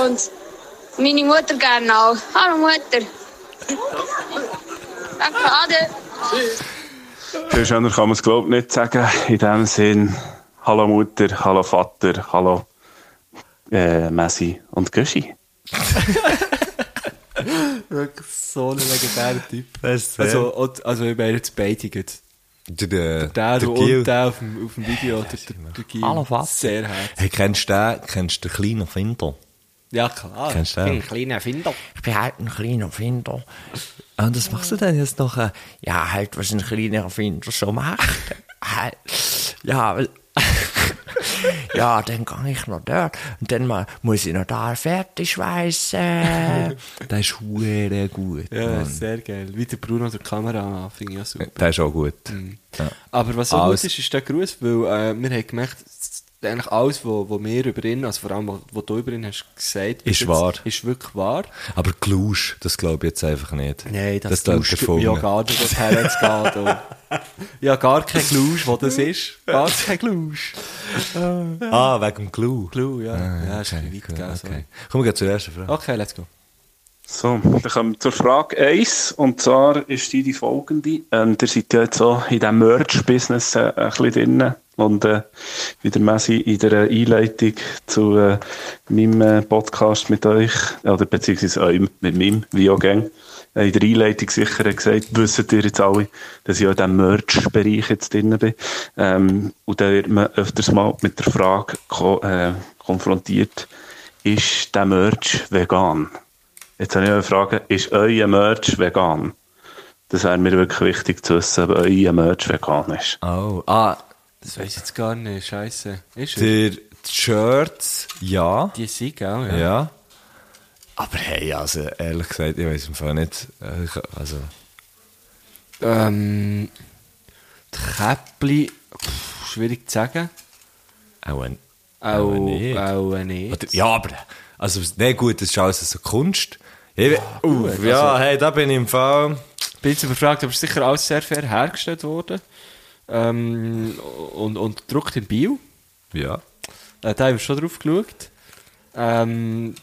Speaker 6: Und meine Mutter gerne auch. Hallo Mutter. Danke, Ade.
Speaker 1: Viel schöner kann man es, glaube ich, nicht sagen. In dem Sinn, hallo Mutter, hallo Vater, hallo äh, Messi und Göschi.
Speaker 5: Wirklich so ein legendärer Typ.
Speaker 2: Das ist sehr-
Speaker 5: Also, und- also wir meinen jetzt beide gut.
Speaker 2: Der, der,
Speaker 5: Der, der
Speaker 2: Gil.
Speaker 5: und der auf dem, auf dem Video. Der, der, der Gil.
Speaker 4: Hallo, Vater.
Speaker 5: Sehr herzlich.
Speaker 2: Hey, kennst du den, kennst du den kleinen Findel?
Speaker 5: Ja, klar.
Speaker 2: Kennst du den?
Speaker 5: Ich bin ein kleiner Finder.
Speaker 4: Ich bin halt ein kleiner Finder.
Speaker 2: Ah, Und was machst du denn jetzt noch? äh,
Speaker 4: Ja, halt, was ein kleiner Finder so macht. Halt, ja, weil- ja, dann gehe ich noch dort. Und dann mal, muss ich noch da fertig schweissen.
Speaker 2: Der ist hure gut.
Speaker 5: Ja,
Speaker 2: Mann.
Speaker 5: sehr geil. Wie der Bruno der Kamera finde ich auch super.
Speaker 2: Der ist auch gut.
Speaker 5: Mm.
Speaker 2: Ja.
Speaker 5: Aber was auch
Speaker 2: Alles-
Speaker 5: gut ist, ist der Gruß, weil äh, wir haben gemerkt, s- eigentlich alles, was wo, wo wir über ihn, also vor allem, was wo du über ihn hast gesagt, bis
Speaker 2: Ist wahr.
Speaker 5: Ist wirklich wahr.
Speaker 2: Aber Klusch, das glaube ich jetzt einfach nicht. klingt
Speaker 5: tut mir ja gar nicht, was hergeht. ja, gar kein Glusch, was das ist. Gar kein Glusch.
Speaker 2: Ah, wegen dem Clou.
Speaker 5: Glu, ja. ja, ist
Speaker 2: Ah, okay,
Speaker 5: ein bisschen weit
Speaker 2: cool,
Speaker 5: gegangen,
Speaker 2: okay.
Speaker 5: sorry. Oh.
Speaker 2: Kommen wir gleich zur ersten Frage.
Speaker 5: Okay, let's go.
Speaker 1: So, dann kommen wir zur Frage 1. Und zwar ist die, die folgende. Ähm, ihr seid ja jetzt so in diesem Merch-Business äh, ein bisschen drin. Und äh, wie der Messi in der Einleitung zu äh, meinem äh, Podcast mit euch, oder beziehungsweise eurem, mit meinem, wie auch gern, äh, in der Einleitung sicher hat gesagt, wisst ihr jetzt alle, dass ich auch in diesem Merch-Bereich jetzt drin bin. Ähm, und da wird man öfters mal mit der Frage ko äh, konfrontiert, ist der Merch vegan? Jetzt habe ich eine Frage. Ist euer Merch vegan? Das wäre mir wirklich wichtig zu wissen, ob euer Merch vegan ist.
Speaker 2: Oh, ah,
Speaker 5: Das weiß ich jetzt gar nicht. Scheiße. Ist
Speaker 2: der
Speaker 5: er?
Speaker 2: die Shirts, ja.
Speaker 5: Die Sieg auch,
Speaker 2: ja.
Speaker 5: ja.
Speaker 2: Aber hey, also ehrlich gesagt, ich weiß im Fall nicht. äh, ich- Also,
Speaker 5: Ähm, die Käppli, pff, schwierig zu sagen.
Speaker 2: auch ein.
Speaker 5: Auch,
Speaker 2: Aber nicht.
Speaker 5: auch nicht.
Speaker 2: Oder- Ja, aber. Also, nee, gut, das ist alles so Kunst. Ich, ja,
Speaker 5: gut,
Speaker 2: ja
Speaker 5: also-
Speaker 2: hey, da bin ich im Fall.
Speaker 5: Ich bin jetzt überfragt, aber es ist sicher alles sehr fair hergestellt worden. Ähm, und, und gedruckt in Bio.
Speaker 2: Ja.
Speaker 5: Äh, da haben wir schon drauf geschaut. Ähm,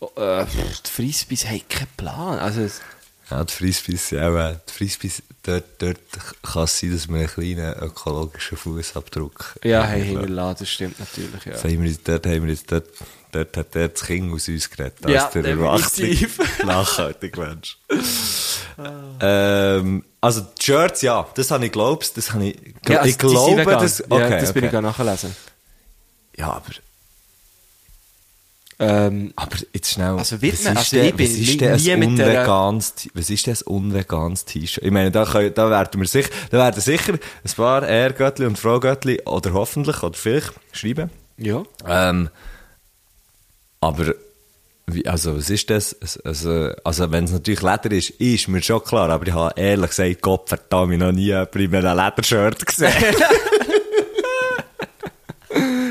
Speaker 5: äh, pff, die Frisbees haben keinen Plan. Also, es-
Speaker 2: Ja, die Frisbees, ja, aber die Frisbees, dort, dort kann es sein, dass wir einen kleinen ökologischen Fußabdruck
Speaker 5: ja, haben
Speaker 2: haben.
Speaker 5: hinterlassen, das stimmt natürlich. Ja.
Speaker 2: Das haben wir jetzt, dort haben wir jetzt, dort, dort hat der das Kind aus uns geredet,
Speaker 5: Ja,
Speaker 2: als der erwachsene,
Speaker 5: definitiv. Ah.
Speaker 2: nachhaltige Mensch. ähm, also, die Shirts, ja, das habe ich glaubst, das habe ich,
Speaker 5: Ja, also,
Speaker 2: ich
Speaker 5: die sind
Speaker 2: glaube,
Speaker 5: vegan.
Speaker 2: das,
Speaker 5: ja,
Speaker 2: okay,
Speaker 5: das bin ich
Speaker 2: okay.
Speaker 5: gerade nachlesen.
Speaker 2: ja, aber,
Speaker 5: Ähm,
Speaker 2: aber jetzt schnell,
Speaker 5: Also wird
Speaker 2: was
Speaker 5: man-
Speaker 2: ist
Speaker 5: also
Speaker 2: denn,
Speaker 5: ich bin
Speaker 2: was
Speaker 5: nie-
Speaker 2: ist denn
Speaker 5: nie
Speaker 2: ein
Speaker 5: mit der-
Speaker 2: unveganes, T- was ist denn ein unveganes T-Shirt? Ich meine, da, können, da werden wir sicher, da werden sicher ein paar Herr Göttli und Frau Göttli, oder hoffentlich, oder vielleicht, schreiben.
Speaker 5: ja.
Speaker 2: Ähm, aber, wie, also, was ist das? Es- Also, also wenn es natürlich Leder ist, ist mir schon klar, aber ich habe ehrlich gesagt, Gott verdammt, noch nie jemanden in einem Ledershirt gesehen.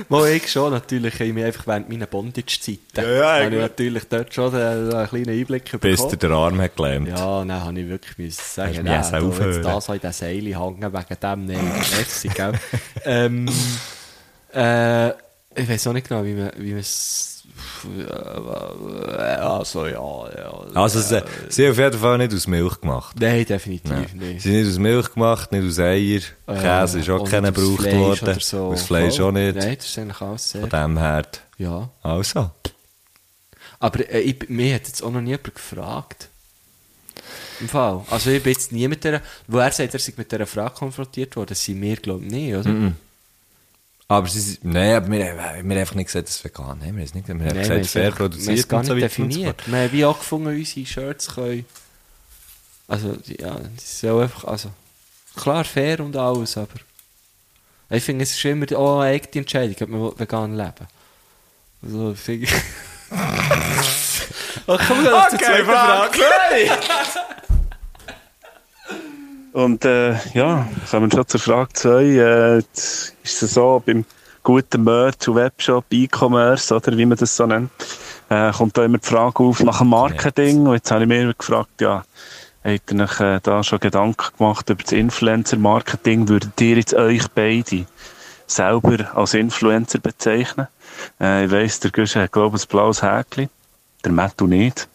Speaker 5: Mal ich schon, natürlich. Ich mich einfach während meiner Bondage-Zeiten.
Speaker 2: Ja, ja,
Speaker 5: habe ich
Speaker 2: gut.
Speaker 5: natürlich dort schon einen, einen kleinen Einblick bekommen.
Speaker 2: Bis dir der Arm hat gelähmt.
Speaker 5: Ja, dann habe ich wirklich müssen sagen,
Speaker 2: Hast du
Speaker 5: nein,
Speaker 2: mich auch
Speaker 5: da
Speaker 2: aufhören?
Speaker 5: jetzt da so in den Seil hängen wegen dem, nein, merci, gell. ähm, äh, ich weiß auch nicht genau, wie man, wie man es, also ja, ja,
Speaker 2: Also, sie, sie haben auf jeden Fall nicht aus Milch gemacht.
Speaker 5: Nein, definitiv
Speaker 2: Sie
Speaker 5: nicht. Äh,
Speaker 2: sind nicht aus Milch gemacht, nicht
Speaker 5: dus
Speaker 2: aus Eier. Käse ist auch
Speaker 5: und
Speaker 2: keiner
Speaker 5: aus
Speaker 2: gebraucht
Speaker 5: Fleisch
Speaker 2: worden.
Speaker 5: oder so.
Speaker 2: Aus Fleisch
Speaker 5: Voll.
Speaker 2: auch nicht.
Speaker 5: Nein, das ist eigentlich alles sehr.
Speaker 2: Von dem her.
Speaker 5: Ja.
Speaker 2: Also.
Speaker 5: Aber äh, ich, mich hat jetzt auch noch niemand gefragt. Im Fall. Also ich bin jetzt nie mit dieser... Wo er sagt, er sei mit dieser Frage konfrontiert worden, sind wir, glaube ich, nicht, oder?
Speaker 2: Aber sie sind, nein, aber wir, wir haben einfach nicht gesagt, dass es vegan ist. Wir haben es nicht gesagt, wir haben
Speaker 5: Nein, wir haben
Speaker 2: gesagt,
Speaker 5: es
Speaker 2: fair
Speaker 5: einfach- wir haben
Speaker 2: produziert
Speaker 5: es gar
Speaker 2: und so
Speaker 5: nicht
Speaker 2: weiter und so
Speaker 5: definiert.
Speaker 2: fort.
Speaker 5: Wir haben wie angefangen, unsere Shirts können... Also, die- ja, das ist auch einfach... Also, klar, fair und alles, aber... Ich finde, es ist immer auch eine eigene Entscheidung, ob man will vegan leben will. Also, finde ich... oh, komm, wir okay, zur zweiten Frage.
Speaker 1: Und äh, ja, kommen wir schon zur Frage 2. Äh, jetzt ist es so, beim guten Merch und Webshop, E-Commerce, oder wie man das so nennt, äh, kommt da immer die Frage auf nach dem Marketing. Und jetzt habe ich mir gefragt, ja, habt ihr euch äh, da schon Gedanken gemacht über das Influencer-Marketing? Würdet ihr jetzt euch beide selber als Influencer bezeichnen? Äh, ich weiss, der Gusch hat, glaube ich, ein blaues Häkchen. Der Mattu nicht.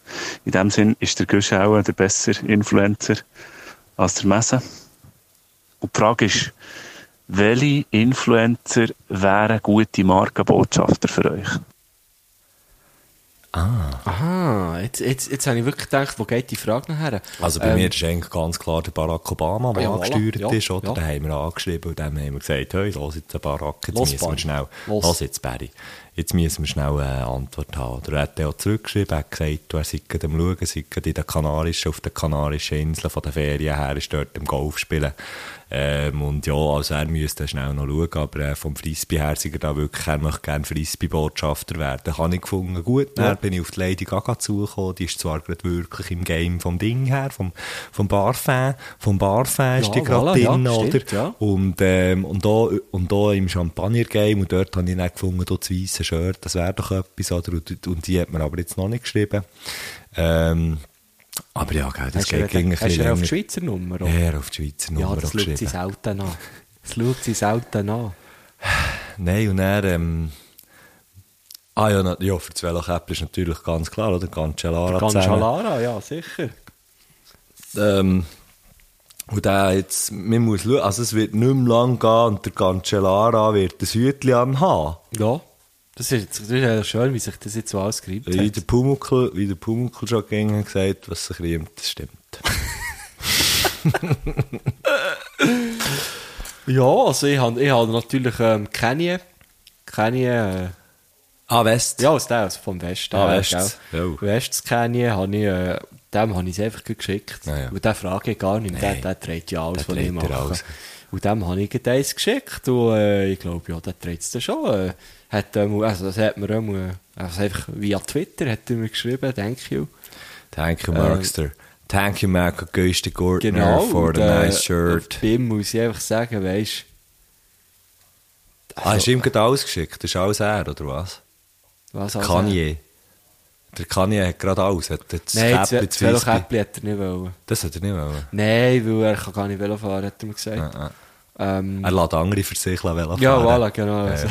Speaker 1: In dem Sinn ist der Gusch auch der bessere Influencer als der Messe. Und die Frage ist, welche Influencer wären gute Markenbotschafter für euch?
Speaker 5: Aha, jetzt, jetzt, jetzt habe ich wirklich gedacht, wo geht die Frage nachher?
Speaker 2: Also bei
Speaker 5: Ähm,
Speaker 2: mir ist eigentlich ganz klar der Barack Obama, der
Speaker 5: Ah, ja,
Speaker 2: angesteuert
Speaker 5: voilà. Ja,
Speaker 2: ist, oder?
Speaker 5: ja.
Speaker 2: Den haben wir angeschrieben und dem haben wir gesagt, hey, los jetzt den Barack, jetzt
Speaker 5: Los,
Speaker 2: müssen wir
Speaker 5: Barry.
Speaker 2: schnell, los.
Speaker 5: Los.
Speaker 2: jetzt Barry, jetzt müssen wir schnell eine Antwort haben. Oder er hat dann auch zurückgeschrieben, er hat gesagt, er sei gerade am Schauen, sei gerade in den Kanarischen, auf den Kanarischen Inseln von den Ferien her, ist dort im Golf spielen. Ähm, und ja, also er müsste schnell noch schauen, aber äh, vom Frisbee her sei er da wirklich, er möchte gerne Frisbee-Botschafter werden. Habe ich gefunden, gut, dann bin ich auf die Lady Gaga zugekommen, die ist zwar gerade wirklich im Game vom Ding her, vom, vom Barfan, vom Barfan ist
Speaker 5: Ja,
Speaker 2: die gerade
Speaker 5: voilà, ja,
Speaker 2: drin, oder?
Speaker 5: stimmt, ja.
Speaker 2: Und, ähm, und, da, und da im Champagner-Game, und dort habe ich dann gefunden, da das weiße Shirt, das wäre doch etwas, oder? Und, und die hat man aber jetzt noch nicht geschrieben. Ähm, aber ja, gell, das
Speaker 5: Hast du
Speaker 2: geht ging ein
Speaker 5: ja- hast du
Speaker 2: bisschen
Speaker 5: ja auf
Speaker 2: länger.
Speaker 5: die Schweizer Nummer? oder?
Speaker 2: Ja, auf die Schweizer Nummer
Speaker 5: ja, das schaut sie
Speaker 2: geschrieben.
Speaker 5: selten an. Das schaut sie selten an.
Speaker 2: Nein, und dann, ähm, ah ja, na, ja für das Velokäppchen ist natürlich ganz klar, oder? Cancellara zusammen.
Speaker 5: Ganchalara, ja, sicher.
Speaker 2: Ähm, und der jetzt, man muss schauen, also es wird nicht mehr lang gehen und der Cancellara wird das Hütchen anhaben.
Speaker 5: Ja. Das ist, jetzt- das ist ja schön, wie sich das jetzt so ausgereibt
Speaker 2: Wie der
Speaker 5: hat.
Speaker 2: Pumuckl, wie der Pumuckl schon ging, hat gesagt, was sich riemt, das stimmt.
Speaker 5: Ja, also ich habe ich habe natürlich ähm, Kanye. Kanye, äh,
Speaker 2: Ah, West.
Speaker 5: ja, aus der, also vom Westen.
Speaker 2: Ah,
Speaker 5: her,
Speaker 2: Westes.
Speaker 5: gell?
Speaker 2: Ja.
Speaker 5: Westes Kanye habe ich, äh, dem habe ich es einfach geschickt.
Speaker 2: Ah, ja.
Speaker 5: Und den frage ich gar nicht, der,
Speaker 2: Nein.
Speaker 5: der trägt ja alles,
Speaker 2: Der
Speaker 5: was ich
Speaker 2: trägt
Speaker 5: mache.
Speaker 2: dir alles.
Speaker 5: Und dem habe ich gerade eins geschickt und äh, ich glaube, ja, der trägt es dann schon. Äh, hat, ähm, also das hat mir ähm, also einfach via Twitter hat er mir geschrieben, thank you.
Speaker 2: Thank you, Markster. Thank you, Marco Göste Gordner,
Speaker 5: Ähm, Genau.
Speaker 2: for
Speaker 5: und,
Speaker 2: the
Speaker 5: äh,
Speaker 2: nice shirt.
Speaker 5: auf BIM muss ich einfach sagen, weisst
Speaker 2: Ah, hast du ihm gerade alles geschickt? Das ist alles er, oder was?
Speaker 5: was alles
Speaker 2: Kanye. Der Kanye hat gerade alles. Hat das
Speaker 5: er- Nein, das-
Speaker 2: Käppli,
Speaker 5: das
Speaker 2: Weissbi-
Speaker 5: Velokäppli hat er nicht wollen.
Speaker 2: Das hat er nicht wollen.
Speaker 5: Nein, weil er kann gar nicht Velo fahren, hat er mir gesagt.
Speaker 2: Ah, ah.
Speaker 5: Ähm,
Speaker 2: Er lässt andere für sich Velo
Speaker 5: ja,
Speaker 2: fahren.
Speaker 5: voilà, genau. Also.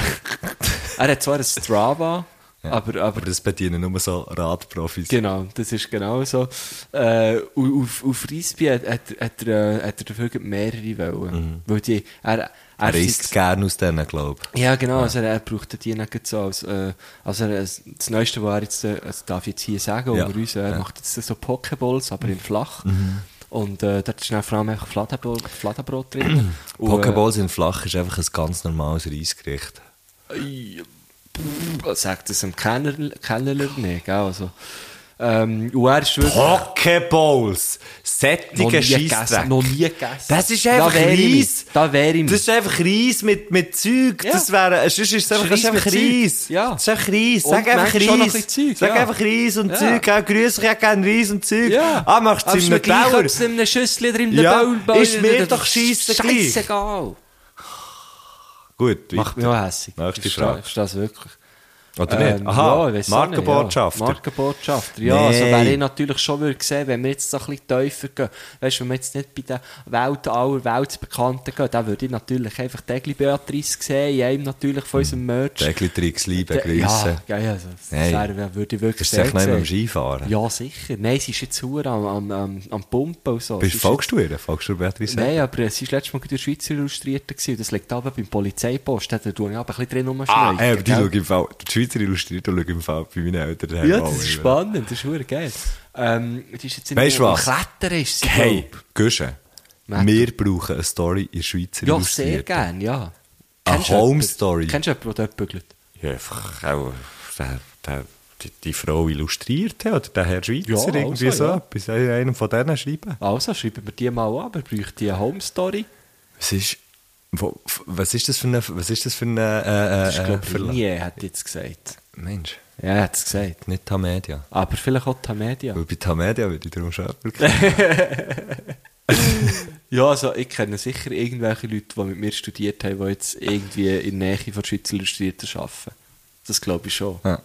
Speaker 5: er hat zwar ein Strava, aber, aber
Speaker 2: Aber das bedienen nur so Radprofis.
Speaker 5: Genau, das ist genau so. Äh, und auf, auf Frisbee hat, hat, hat, er, äh, hat er dafür gerade mehrere wollen. Weil die, er, er,
Speaker 2: Mhm. Er isst gerne aus denen, glaube ich.
Speaker 5: Ja, genau, also er, er braucht die nicht gerade so als, äh, also er, es- das Neueste, was er jetzt, äh, das darf ich jetzt hier sagen,
Speaker 2: Ja. Mhm.
Speaker 5: unter uns, er macht jetzt so Pokeballs, aber in flach. Und äh, dort ist dann vor allem einfach Fladenbrot, Fladenbrot drin. Und, äh,
Speaker 2: Pokeballs sind flach, ist einfach ein ganz normales Reisgericht.
Speaker 5: pff, Sagt das einem Kenner, Kennerler nicht, gell, also. Ähm, und er ist wirklich...
Speaker 2: Pokeballs!
Speaker 5: Noch
Speaker 2: Sättige
Speaker 5: nie gegessen, noch nie gegessen.
Speaker 2: Das ist einfach
Speaker 5: wär ich mich.
Speaker 2: Reis.
Speaker 5: Da wäre ich mich.
Speaker 2: Das ist einfach Reis mit, mit Zeug.
Speaker 5: Ja.
Speaker 2: Das wäre, sonst ist es einfach, das ist
Speaker 5: Reis
Speaker 2: einfach
Speaker 5: mit Zeug.
Speaker 2: Reis.
Speaker 5: Ja.
Speaker 2: Das ist einfach Reis.
Speaker 5: Und
Speaker 2: Sag einfach
Speaker 5: manchmal schon noch ein
Speaker 2: Reis.
Speaker 5: bisschen Zeug,
Speaker 2: Sag
Speaker 5: ja.
Speaker 2: einfach Reis und
Speaker 5: Ja.
Speaker 2: Zeug. Ja, grüß, ich hab gerne Reis und Zeug. Ah, machst du es in einem Teller.
Speaker 5: Ob es in einem Schüssel oder in einem
Speaker 2: Ja,
Speaker 5: Bowl- Bowl
Speaker 2: ist mir
Speaker 5: oder-
Speaker 2: doch scheissegal.
Speaker 5: Scheissegal.
Speaker 2: Gut,
Speaker 5: Macht mich auch hässlich.
Speaker 2: Nächste
Speaker 5: Ist
Speaker 2: Frage.
Speaker 5: das- Ist das wirklich?
Speaker 2: Oder nicht?
Speaker 5: Ähm,
Speaker 2: Aha,
Speaker 5: ja, ich weiss auch
Speaker 2: Markenbotschafter.
Speaker 5: Nicht, ja. Markenbotschafter, ja. Also
Speaker 2: Nein.
Speaker 5: wäre ich natürlich schon würde sehen, wenn wir jetzt so ein bisschen tiefer gehen, weißt du, wenn wir jetzt nicht bei den Welt aller Weltbekannten gehen, dann würde ich natürlich einfach Degli Beatrice sehen, in einem natürlich von unserem Merch.
Speaker 2: Täglitrix, liebe
Speaker 5: De-
Speaker 2: Grüße.
Speaker 5: Ja, ja, ja also, das
Speaker 2: Nein.
Speaker 5: wäre, würde ich wirklich
Speaker 2: Bist du echt noch
Speaker 5: sehen.
Speaker 2: immer am Skifahren?
Speaker 5: Ja, sicher. Nein, sie ist jetzt hure am, am, am, am Pumpen und so.
Speaker 2: Bist,
Speaker 5: Sie ist
Speaker 2: folgst du ihr? Folgst du Beatrice?
Speaker 5: Nein, aber sie war letztes Mal in der Schweizer Illustrierten. gewesen. Das liegt aber beim Polizeipost. Da tue ich aber ein bisschen drin
Speaker 2: Ah,
Speaker 5: rumschneiden.
Speaker 2: ey, aber die schaue ich im Fall, die Schweizer Illustriert schaue ich im Fall bei meinen Eltern daheim
Speaker 5: Ja,
Speaker 2: auch
Speaker 5: das ist
Speaker 2: immer.
Speaker 5: spannend. Das ist hure geil. Ähm, die ist jetzt in
Speaker 2: Weisst du
Speaker 5: am
Speaker 2: was?
Speaker 5: Klettern ist sie,
Speaker 2: Hey,
Speaker 5: glaub.
Speaker 2: Güsche,
Speaker 5: Merk.
Speaker 2: wir brauchen eine Story in der Schweizer
Speaker 5: Ja,
Speaker 2: Illustriert.
Speaker 5: sehr gern, ja.
Speaker 2: Eine
Speaker 5: Kennst du
Speaker 2: Home
Speaker 5: jemanden-
Speaker 2: Story.
Speaker 5: Kennst du jemanden, der dort bügelt?
Speaker 2: Ja, einfach auch, der, der, die, die Frau Illustrierte oder der Herr Schweizer,
Speaker 5: Ja,
Speaker 2: irgendwie
Speaker 5: also,
Speaker 2: so.
Speaker 5: ja.
Speaker 2: Bis einem von denen schreiben.
Speaker 5: Also, schreiben wir die mal an. Wir bräuchten die eine Home Story.
Speaker 2: Was ist, wo, f- was ist das für eine, was ist das für eine, äh, äh,
Speaker 5: Das ist,
Speaker 2: äh,
Speaker 5: glaube ich,
Speaker 2: Verla-
Speaker 5: Renier, hat jetzt gesagt.
Speaker 2: Mensch,
Speaker 5: Ja, hat es gesagt.
Speaker 2: nicht Tamedia.
Speaker 5: Aber vielleicht auch die Media.
Speaker 2: Weil bei Tamedia würde ich darum schon
Speaker 5: Ja, also ich kenne sicher irgendwelche Leute, die mit mir studiert haben, die jetzt irgendwie in der Nähe von Schweizer Illustrierten arbeiten. Das glaube ich schon.
Speaker 2: Ja.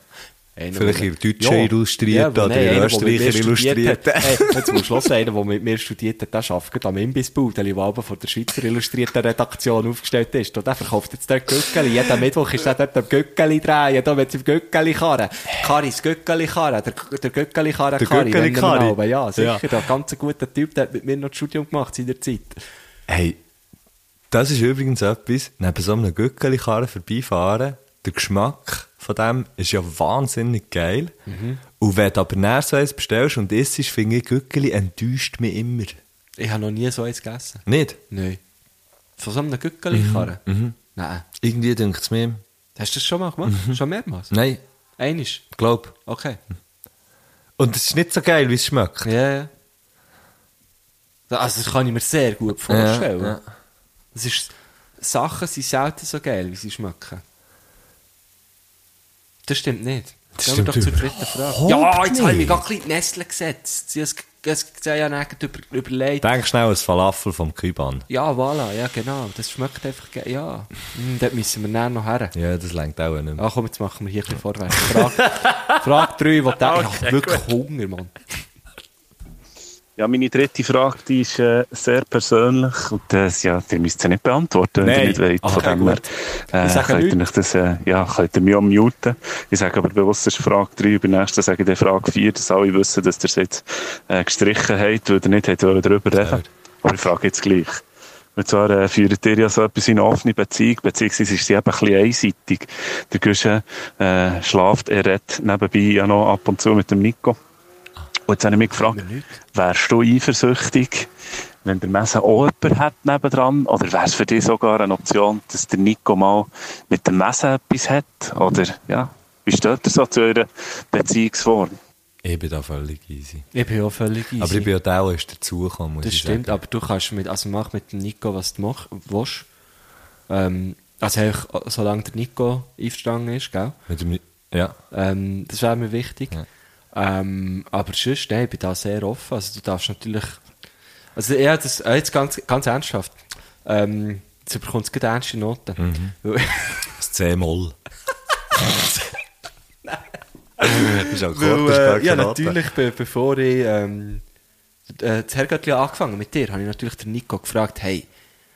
Speaker 5: Einer,
Speaker 2: Vielleicht
Speaker 5: der-
Speaker 2: in deutschen Illustrierten
Speaker 5: aber
Speaker 2: oder
Speaker 5: nein,
Speaker 2: in
Speaker 5: einer, der mit mir
Speaker 2: Österreicher
Speaker 5: studiert
Speaker 2: Illustrierten.
Speaker 5: hat. Hey, jetzt muss Schluss einer, der mit mir studiert hat, der arbeitet am Imbissbau, der Liwabe von der Schweizer Illustrierten Redaktion aufgestellt ist. Und der verkauft jetzt dort Gückeli. Jeden Mittwoch ist er dort am Gückeli drehen, da wird es im Gückeli karren. Karis Gückeli karren, der, der Gückeli karren
Speaker 2: Der
Speaker 5: Kari,
Speaker 2: Gückeli
Speaker 5: nennen wir
Speaker 2: Kari.
Speaker 5: ihn aber. Ja, sicher,
Speaker 2: Ja.
Speaker 5: der ganz guter Typ, der hat mit mir noch das Studium gemacht seinerzeit.
Speaker 2: Hey, das ist übrigens etwas, neben so einem Gückeli-Karren vorbeifahren, der Geschmack von dem ist ja wahnsinnig geil. Und wenn du aber näher so eins bestellst und isst, finde ich, Gückeli enttäuscht mich immer.
Speaker 5: Ich habe noch nie so eins gegessen.
Speaker 2: Nicht?
Speaker 5: Nein. Von so einem
Speaker 2: Mhm.
Speaker 5: Gückeli-Karren? Nein.
Speaker 2: Irgendwie denkt es mir,
Speaker 5: Hast du das schon mal gemacht? Schon mehrmals?
Speaker 2: Mhm. nein,
Speaker 5: Einisch?
Speaker 2: glaub.
Speaker 5: Okay.
Speaker 2: Und es ist nicht so geil, wie es schmeckt.
Speaker 5: Ja, ja. Da- Also das kann ich mir sehr gut vorstellen.
Speaker 2: Ja, ja.
Speaker 5: Das ist, Sachen sind selten so geil, wie sie schmecken. Das stimmt nicht.
Speaker 2: Das
Speaker 5: Gehen wir doch
Speaker 2: stimmt
Speaker 5: zur dritten Frage.
Speaker 2: überhaupt
Speaker 5: Ja, jetzt habe ich mich
Speaker 2: nicht.
Speaker 5: gerade ein bisschen in die Nestle gesetzt. Sie haben es- sie haben es ja nicht über, überlegt.
Speaker 2: Denk schnell ein Falafel vom Küban.
Speaker 5: Ja, voilà, ja genau. Das schmeckt einfach geil. Ja, mm, dort müssen wir näher noch her.
Speaker 2: Ja, das längt auch nicht mehr.
Speaker 5: Ah, komm, jetzt machen wir hier ein bisschen vorwärts. Frage, Frage 3, wo
Speaker 2: Ah,
Speaker 5: der... Ich habe wirklich Hunger, Mann.
Speaker 1: Ja, meine dritte Frage die ist äh, sehr persönlich und das, ja, ihr müsst sie nicht beantworten, wenn
Speaker 2: Nein. Ah,
Speaker 1: ihr nicht wollt.
Speaker 2: Okay,
Speaker 1: Von dem
Speaker 2: gut.
Speaker 1: her, äh,
Speaker 5: sage
Speaker 1: könnt ihr mich das, äh, ja, könnt ihr mich auch muten. Ich sage aber bewusst, das ist Frage 3, übernächst sage ich dann Frage 4, dass alle wissen, dass ihr es jetzt äh, gestrichen habt, weil ihr nicht habt wollt darüber reden Aber ich frage jetzt gleich. Und zwar äh, führt ihr ja so etwas in eine offene Beziehung, beziehungsweise ist sie eben ein bisschen einseitig. Der Guschen äh, schlaft, er redet nebenbei ja noch ab und zu mit dem Nico. Und jetzt habe ich mich gefragt, wärst du eifersüchtig, wenn der Messer auch jemanden hat nebendran? Oder wäre es für dich sogar eine Option, dass der Nico mal mit dem Messer etwas hat? Oder ja, wie steht er so zu eurer Beziehungsform?
Speaker 2: Ich bin da völlig easy.
Speaker 5: Ich bin auch völlig easy.
Speaker 2: Aber ich bin ja der, der ist dazugekommen, muss
Speaker 5: Das
Speaker 2: ich
Speaker 5: stimmt,
Speaker 2: sagen.
Speaker 5: aber du kannst mit, also mach mit dem Nico, was du mach, willst. Ähm, also eigentlich, solange der Nico einverstanden ist, gell?
Speaker 2: Mit dem, ja.
Speaker 5: Ähm, das wäre mir wichtig. Ähm, aber sonst, nein, ich bin da sehr offen. Also du darfst natürlich... Also ja, das, äh, jetzt ganz, ganz ernsthaft. Ähm, jetzt bekommst du gerade ernste Noten.
Speaker 2: Das C-Moll. das ist auch
Speaker 5: Weil,
Speaker 2: das ist gar
Speaker 5: äh, ja,
Speaker 2: keine
Speaker 5: natürlich, be bevor ich ähm, äh, das Herrgöttli angefangen mit dir, habe ich natürlich den Nico gefragt, hey,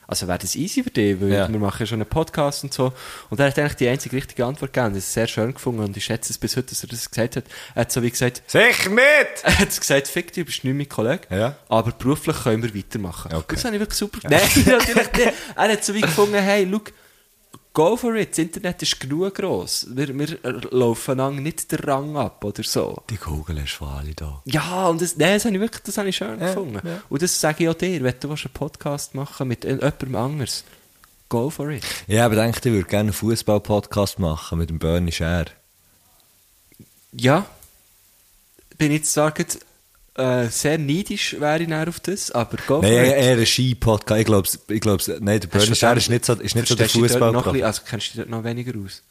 Speaker 5: also wäre das easy für dich, weil
Speaker 2: Ja.
Speaker 5: wir machen ja schon einen Podcast und so. Und er hat eigentlich die einzige richtige Antwort gegeben. Das ist sehr schön gefunden und ich schätze es bis heute, dass er das gesagt hat. Er hat so wie gesagt,
Speaker 2: Sicher nicht!
Speaker 5: er hat gesagt, fick dich, du bist nicht mein Kollege,
Speaker 2: Ja.
Speaker 5: aber beruflich können wir weitermachen.
Speaker 2: Okay.
Speaker 5: Das habe ich wirklich super Nein, natürlich nicht. Er hat so wie gefunden, hey, schau, go for it, das Internet ist genug gross. Wir, wir äh, laufen lang nicht den Rang ab oder so.
Speaker 2: Die Kugel ist für alle da.
Speaker 5: Ja, und das, nee, das habe ich wirklich das habe ich schön gefunden. Und das sage ich auch dir, wenn du willst einen Podcast machen mit jemandem anders, go for it.
Speaker 2: Ja, aber denkt, ich würde gerne einen Fußball-Podcast machen mit dem Bernie Scher.
Speaker 5: Ja, bin jetzt sagen, äh, sehr neidisch wäre ich dann auf das, aber go
Speaker 2: Nein,
Speaker 5: for
Speaker 2: eher
Speaker 5: it.
Speaker 2: eher ein Ski-Podcast. Ich glaube, ich glaub's, nein, der Bernie Scher ist nicht so, ist nicht so der
Speaker 5: Verstehst du dich dort noch ein bisschen-
Speaker 2: Fußball.
Speaker 5: Also kennst du dich dort noch weniger aus?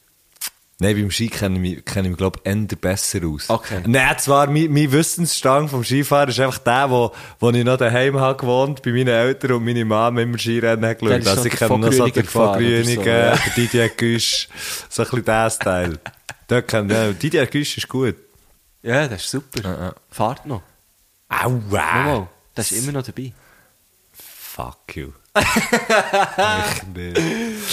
Speaker 2: Nein, beim Ski kenne ich mich, kenne ich mich glaube ich, eher besser aus.
Speaker 5: Okay.
Speaker 2: Nein, zwar, mein, mein Wissensstand vom Skifahren ist einfach der, wo, wo ich noch daheim habe gewohnt, bei meinen Eltern und meine Mama immer Skirennen hat
Speaker 5: Der ist
Speaker 2: geschaut. Also
Speaker 5: noch
Speaker 2: ich kenne
Speaker 5: der
Speaker 2: noch so
Speaker 5: Von
Speaker 2: den
Speaker 5: Grüniger gefahren oder
Speaker 2: Vorgrünigen,
Speaker 5: so,
Speaker 2: so,
Speaker 5: ja.
Speaker 2: der Didier Güsch, so ein bisschen diesen Style. Da kann, äh, Didier Güsch ist gut.
Speaker 5: Ja, das ist super.
Speaker 2: Ja, ja.
Speaker 5: Fahrt noch.
Speaker 2: Aua!
Speaker 5: Nochmal, das ist immer noch dabei.
Speaker 2: Fuck you. ich nicht.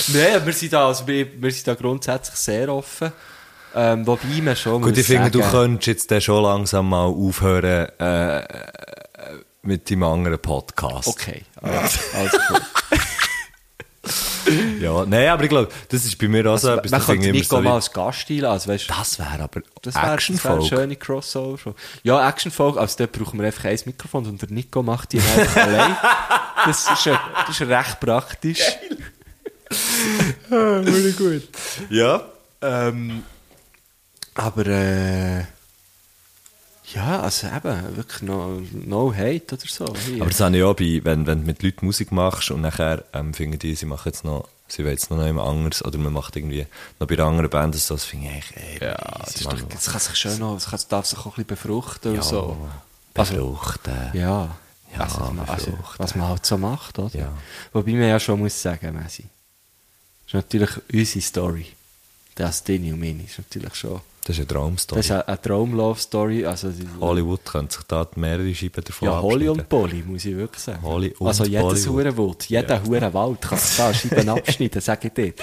Speaker 5: Nein, wir sind da, also wir, wir sind da grundsätzlich sehr offen. Ähm, wobei man schon
Speaker 2: Gut,
Speaker 5: muss
Speaker 2: ich finde, du
Speaker 5: sagen-
Speaker 2: könntest jetzt dann schon langsam mal aufhören äh, äh, mit deinem anderen Podcast.
Speaker 5: Okay, also, also gut.
Speaker 2: Ja, nein, aber ich glaube, das ist bei mir auch so etwas,
Speaker 5: Also, man
Speaker 2: das finde
Speaker 5: könnte
Speaker 2: ich immer
Speaker 5: Nico
Speaker 2: so
Speaker 5: mal
Speaker 2: wie-
Speaker 5: als Gast einladen, also weißt du,
Speaker 2: Das wäre aber
Speaker 5: das wäre wär eine
Speaker 2: Action-Folge.
Speaker 5: schöne Crossover. Ja, Action-Folge, also dort brauchen wir einfach ein Mikrofon und der Nico macht die einfach allein. Das ist, ja- das ist ja recht praktisch.
Speaker 2: Ja.
Speaker 5: Ähm, aber äh, ja, also eben, wirklich no, no hate oder so. Hier.
Speaker 2: Aber das habe ich auch bei, wenn, wenn du mit Leuten Musik machst und nachher ähm, finden die, sie machen jetzt noch, sie wollen jetzt noch jemand anderes oder man macht irgendwie noch bei einer anderen Band so, das finde ich echt, ey,
Speaker 5: ja, das, ist doch, das kann sich schön noch, das kann, darf sich auch ein bisschen befruchten und so.
Speaker 2: Befruchten.
Speaker 5: Also, Ja.
Speaker 2: Ja,
Speaker 5: also, was man- also,
Speaker 2: Frucht.
Speaker 5: was man halt so macht, oder?
Speaker 2: Ja.
Speaker 5: Wobei man ja schon muss sagen, Messi, das ist natürlich unsere Story. Das, deine und meine, ist natürlich schon...
Speaker 2: Das ist eine Traumstory.
Speaker 5: Das ist eine, eine Traum-Love-Story, also... die-
Speaker 2: Hollywood könnte sich da mehrere Scheiben davon
Speaker 5: Ja, Holly
Speaker 2: abschneiden.
Speaker 5: und Polly, muss ich wirklich sagen.
Speaker 2: Holly und
Speaker 5: also jedes
Speaker 2: Bollywood.
Speaker 5: Hurenwald, jeder Hurenwald kann sich da Scheiben abschneiden, sage ich dir.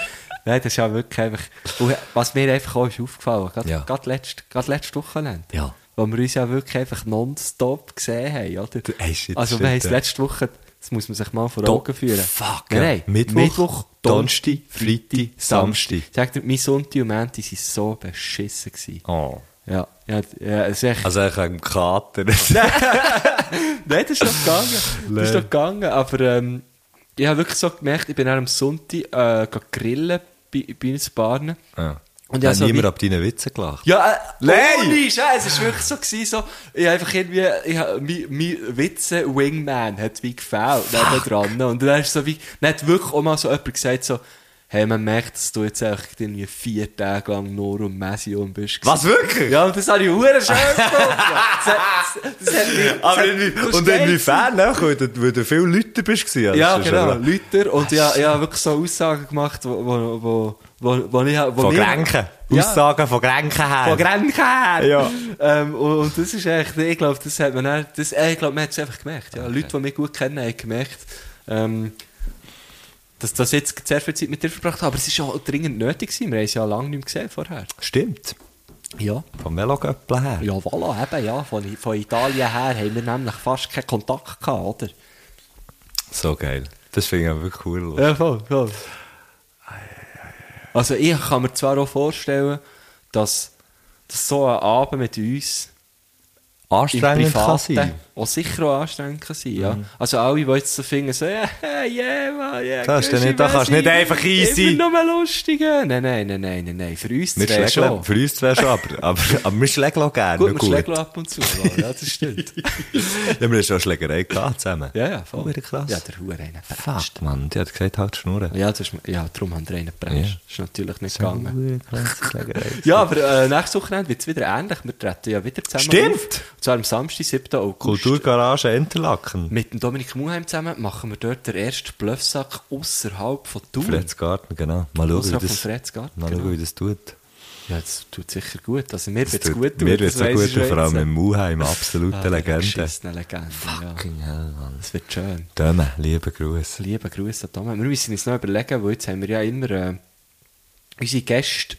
Speaker 5: Nein, das ist ja wirklich einfach... Und Was mir einfach auch ist aufgefallen, gerade,
Speaker 2: Ja.
Speaker 5: gerade, letzte, gerade letztes Wochenende,
Speaker 2: Ja.
Speaker 5: wo wir uns ja wirklich einfach nonstop gesehen haben, oder?
Speaker 2: ey, shit,
Speaker 5: also wir
Speaker 2: shit,
Speaker 5: haben es
Speaker 2: ja.
Speaker 5: letzte Woche, das muss man sich mal vor
Speaker 2: Do-
Speaker 5: Augen führen.
Speaker 2: Fuck,
Speaker 5: Wir
Speaker 2: ja.
Speaker 5: haben
Speaker 2: Mittwoch, Donnerstag, Freitag, Samstag.
Speaker 5: Sagt ihr, mein Sonntag und Montag waren so beschissen. Gewesen.
Speaker 2: Oh.
Speaker 5: Ja, ja, ja, es ist echt...
Speaker 2: Also eigentlich ein Kater. Nein.
Speaker 5: Nein, das ist doch gegangen. Das ist doch gegangen. Aber ähm, ich habe wirklich so gemerkt, ich bin dann am Sonntag äh, gegangen grillen bei, bei uns Barnen.
Speaker 2: ja.
Speaker 5: Und
Speaker 2: Und
Speaker 5: ja,
Speaker 2: ja,
Speaker 5: so
Speaker 2: niemand
Speaker 5: wie-
Speaker 2: ab deinen Witzen gelacht.
Speaker 5: Ja, äh,
Speaker 2: Nein!
Speaker 5: ohne Scheiß, es war wirklich so, gewesen, so, ich hab einfach irgendwie, ich hab, mein, mein Witze-Wingman hat wie gefällt, neben dran. Und dann ist so wie, dann hat wirklich auch mal so jemand gesagt, so, hey, man merkt, dass du jetzt eigentlich irgendwie vier Tage lang nur um Mession bist.
Speaker 2: Was, wirklich?
Speaker 5: Ja, und das habe ich hure schön gefunden. Das hat, das hat mich,
Speaker 2: Aber
Speaker 5: das hat-
Speaker 2: in,
Speaker 5: das
Speaker 2: und
Speaker 5: geil
Speaker 2: inwiefern, ne? weil du weil du viel Leute bist. gewesen, also
Speaker 5: Ja,
Speaker 2: das ist
Speaker 5: genau,
Speaker 2: schon-
Speaker 5: Lüter. Und ja, ja, wirklich so Aussagen gemacht, wo, wo, wo, wo, wo ich... Wo
Speaker 2: Von
Speaker 5: mir-
Speaker 2: Grenken.
Speaker 5: Ja,
Speaker 2: Aussagen von Grenken her.
Speaker 5: von Grenken her.
Speaker 2: Ja.
Speaker 5: Ähm, und, und das ist echt, ich glaube, das hat man dann, das, ich glaube, man hat es einfach gemerkt. Ja, Leute, die mich gut kennen, haben gemerkt, ähm, dass das jetzt sehr viel Zeit mit dir verbracht habe. Aber es war ja auch dringend nötig. Gewesen. Wir haben es ja lange nicht mehr gesehen vorher.
Speaker 2: Stimmt.
Speaker 5: Ja.
Speaker 2: Vom Velogöppel her.
Speaker 5: Ja, voilà, eben, ja. Von, von Italien her haben wir nämlich fast keinen Kontakt gehabt, oder?
Speaker 2: So geil. Das finde ich aber wirklich cool.
Speaker 5: Ja, voll, voll. Also ich kann mir zwar auch vorstellen, dass, dass so ein Abend mit uns im
Speaker 2: Anstrengend kann
Speaker 5: Privaten
Speaker 2: sein. Mhm.
Speaker 5: auch sicher auch anstrengend kann sein. Ja. Also alle, die jetzt so finden, so, ja, yeah, man, yeah,
Speaker 2: Das ist dann nicht- da kannst du nicht einfach easy.
Speaker 5: Immer nur lustig. Nein, nein, nein, nein, nein, nein. Für uns
Speaker 2: Wir
Speaker 5: zwei
Speaker 2: schlägeln,
Speaker 5: schon.
Speaker 2: für uns wäre schon, aber, aber, aber wir schlägeln auch gerne.
Speaker 5: Gut, wir
Speaker 2: gut.
Speaker 5: schlägeln ab und zu, aber, ja, das stimmt.
Speaker 2: Ja, wir haben schon Schlägerei gehabt zusammen.
Speaker 5: ja, ja, voll.
Speaker 2: Hure krass.
Speaker 5: Ja, der Hure einen Fest.
Speaker 2: Fuck, Mann. Die hat gesagt, halt die Schnurren.
Speaker 5: Ja, das ist, ja, darum haben wir einen gepresst.
Speaker 2: Ja.
Speaker 5: Das ist natürlich nicht
Speaker 2: So
Speaker 5: gegangen.
Speaker 2: hure krasse Schlägerei.
Speaker 5: Ja, aber äh, nächstes Wochenende wird es wieder ähnlich. Wir treten ja wieder zusammen
Speaker 2: Stimmt.
Speaker 5: auf. Und zwar am Samstag, 7. August.
Speaker 2: Kulturgarage Interlaken.
Speaker 5: Mit dem Dominik Muheim zusammen machen wir dort den ersten Bluffsack außerhalb von Thun.
Speaker 2: Fretzgarten, genau. Mal schauen,
Speaker 5: Ausserhalb
Speaker 2: wie
Speaker 5: von
Speaker 2: das,
Speaker 5: Fretzgarten,
Speaker 2: mal
Speaker 5: genau.
Speaker 2: schauen, wie das tut.
Speaker 5: Ja, das tut sicher gut. Also mir wird
Speaker 2: Das
Speaker 5: es
Speaker 2: tut-
Speaker 5: gut tun.
Speaker 2: Mir wird es
Speaker 5: das
Speaker 2: auch
Speaker 5: weiss
Speaker 2: gut
Speaker 5: ich
Speaker 2: tun,
Speaker 5: schon
Speaker 2: vor allem
Speaker 5: jetzt.
Speaker 2: im Muheim. Absolute
Speaker 5: Ah, der
Speaker 2: Legende.
Speaker 5: geschissene Legende. Ja.
Speaker 2: Fucking hell, Mann.
Speaker 5: Das wird schön.
Speaker 2: Döme, liebe Grüße.
Speaker 5: Liebe Grüße an Dominik. Wir müssen uns noch überlegen, weil jetzt haben wir ja immer äh, unsere Gäste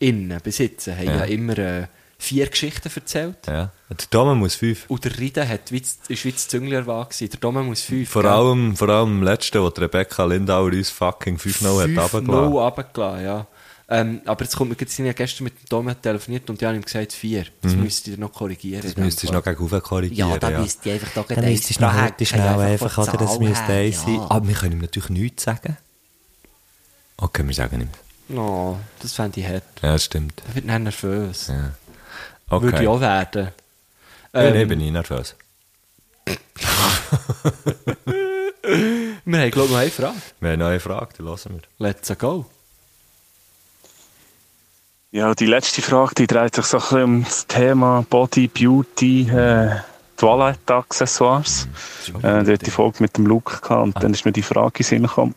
Speaker 5: innen besitzen, haben ja,
Speaker 2: Ja.
Speaker 5: immer äh, vier Geschichten erzählt.
Speaker 2: Ja. Der Döme muss fünf.
Speaker 5: Und der Riden hat wie, das- ist wie das Züngler gewesen. Der Dome muss fünf.
Speaker 2: Vor
Speaker 5: gell?
Speaker 2: allem, vor allem im letzten, wo die Rebecca Lindauer uns fucking 5-0 hat runtergelassen.
Speaker 5: 5-0 runtergelassen, ja. Ähm, aber jetzt kommt mir gerade, sie haben ja gestern mit dem Dome telefoniert und die haben ihm gesagt vier. Das müsst ihr noch korrigieren.
Speaker 2: Mhm. Das müsstest du noch gegen hoch korrigieren.
Speaker 5: Ja, da müsst ihr einfach da
Speaker 2: Dann müsstest du noch heute schnell einfach, oder? Das müsste eins sein.
Speaker 5: Ja.
Speaker 2: Aber wir können ihm natürlich nichts sagen. Okay, wir sagen ihm.
Speaker 5: No, das fände ich hart.
Speaker 2: Ja, das stimmt.
Speaker 5: Ich wird dann nervös.
Speaker 2: Ja.
Speaker 5: Würde ich
Speaker 2: Okay.
Speaker 5: auch werden.
Speaker 2: Nein,
Speaker 5: Ähm,
Speaker 2: bin ich nervös.
Speaker 5: wir haben, glaube ich, noch eine Frage.
Speaker 2: Wir haben eine neue Frage, die hören wir.
Speaker 5: Let's go.
Speaker 1: Ja, die letzte Frage, die dreht sich so ein bisschen um das Thema Body, Beauty, äh, Toilette, Accessoires. Äh, die hat die Folge mit dem Luke gehabt und dann ist mir die Frage in den Sinn gekommen.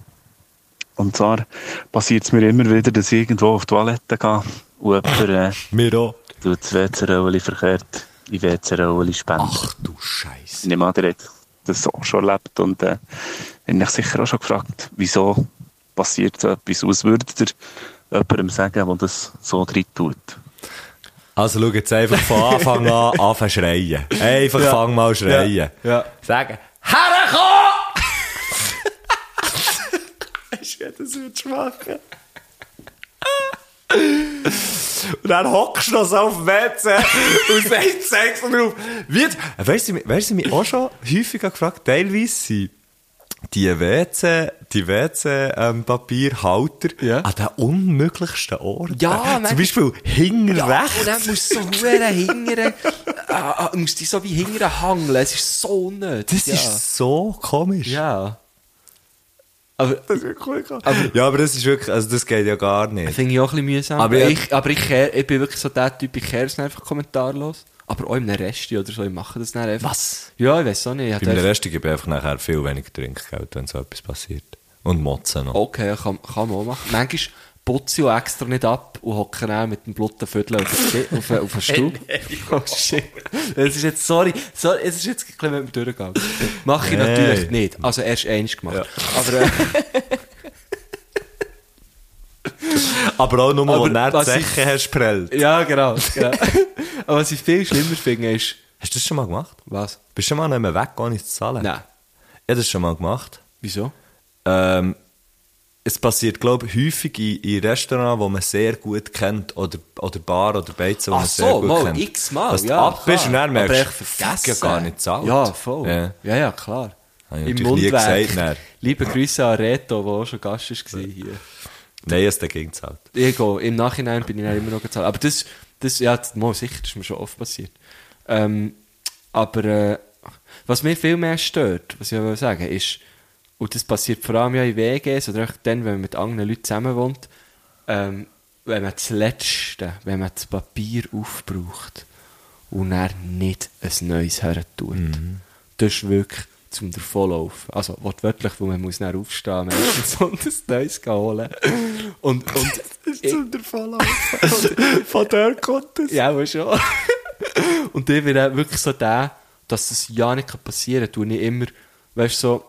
Speaker 1: Und zwar passiert es mir immer wieder, dass ich irgendwo auf die Toilette gehe Und jemand
Speaker 2: Wir auch.
Speaker 1: äh, tut das WC-Rolli verkehrt in WC-Rolli spenden.
Speaker 2: Ach du Scheiße.
Speaker 1: Ich nehme an, der hat das auch schon erlebt und äh, habe mich sicher auch schon gefragt, wieso passiert so etwas? Was würdet ihr jemandem sagen, der das so drin tut?
Speaker 2: Also schau jetzt einfach von Anfang an anfangen schreien. Einfach fang mal schreien.
Speaker 5: Ja.
Speaker 2: Sagen, herkommen! Und dann hockst du noch so auf dem WC und sagst, sagst du drauf. Wie, weißt du, weißt du, mich auch schon häufig gefragt, teilweise sind die WC, die WC-Papierhalter
Speaker 5: Ja.
Speaker 2: an den unmöglichsten Orten.
Speaker 5: Ja, manchmal-
Speaker 2: Zum Beispiel hinten
Speaker 5: Und
Speaker 2: rechts.
Speaker 5: dann musst du so hure hingere, ah, ah, musst dich so wie hingere hangeln. Es ist so unnötig.
Speaker 2: Das
Speaker 5: ja.
Speaker 2: ist so komisch.
Speaker 5: Ja. Aber
Speaker 2: Das ist wirklich cool. ja, aber das ist wirklich, also das geht ja gar nicht.
Speaker 5: finde ich auch ein bisschen mühsam.
Speaker 2: Aber
Speaker 5: Aber
Speaker 2: ja-
Speaker 5: ich, aber ich, kehr, ich bin wirklich so der Typ, ich kehre es einfach kommentarlos. Aber auch im Rest oder so, ich mache das dann einfach.
Speaker 2: Was?
Speaker 5: Ja, ich weiß auch nicht. Ich
Speaker 2: Bei
Speaker 5: hatte
Speaker 2: einem
Speaker 5: einfach-
Speaker 2: Rest gebe ich einfach nachher viel weniger Trinkgeld, wenn so etwas passiert. Und Motzen noch.
Speaker 5: Okay, ja, kann, kann man auch machen. Manchmal putze ich auch extra nicht ab und hocke dann mit dem blutigen Viertel auf den, auf, den- auf den Stuhl. oh shit. Es ist jetzt, sorry, sorry, es ist jetzt ein bisschen mit mir durchgegangen. Mache ich
Speaker 2: Nein.
Speaker 5: natürlich nicht. Also erst eins gemacht. Aber, äh,
Speaker 2: Aber auch nur,
Speaker 5: Aber
Speaker 2: wenn er die
Speaker 5: was ich-
Speaker 2: Zeche hast prellt.
Speaker 5: ja, genau. genau. Aber was ich viel schlimmer finde, ist,
Speaker 2: Hast du das schon mal gemacht?
Speaker 5: was?
Speaker 2: Bist du schon mal nicht mehr weg, ohne zu zahlen?
Speaker 5: Nein.
Speaker 2: Ich habe das schon mal gemacht.
Speaker 5: Wieso?
Speaker 2: Ähm, es passiert, glaube ich, häufig in, in Restaurants, die man sehr gut kennt, oder, oder Bar oder Beizen, die
Speaker 5: Ach
Speaker 2: man sehr
Speaker 5: so,
Speaker 2: gut
Speaker 5: mal,
Speaker 2: kennt.
Speaker 5: x-mal,
Speaker 2: Dass du
Speaker 5: ja,
Speaker 2: ab bist
Speaker 5: klar.
Speaker 2: und dann merkst,
Speaker 5: Aber echt
Speaker 2: fuck, ich
Speaker 5: vergessen.
Speaker 2: habe gar nicht zahlt.
Speaker 5: Ja, voll.
Speaker 2: Ja.
Speaker 5: Ja, ja, klar.
Speaker 2: Habe ich natürlich nie gesagt, nein.
Speaker 5: Liebe Grüße an Reto, der auch schon Gast war hier.
Speaker 2: Nein, ich habe es dagegen gezahlt.
Speaker 5: Ego, im Nachhinein bin ich dann immer noch gezahlt. Aber das, das, ja, das, mal sicher, das ist mir schon oft passiert. Ähm, aber äh, was mir viel mehr stört, was ich will sagen, ist, und das passiert vor allem ja in WGs oder auch dann, wenn man mit anderen Leuten zusammen wohnt, ähm, wenn man das Letzte, wenn man das Papier aufbraucht und dann nicht ein neues her tut. Das ist wirklich zum Davonlaufen. Also wortwörtlich, wo man muss dann aufstehen muss, um ein neues zu holen. Und, und
Speaker 2: Von dort kommt es.
Speaker 5: ja, aber schon. und ich bin auch wirklich so der, dass das ja nicht passieren kann. Tu ich immer, weißt du, so,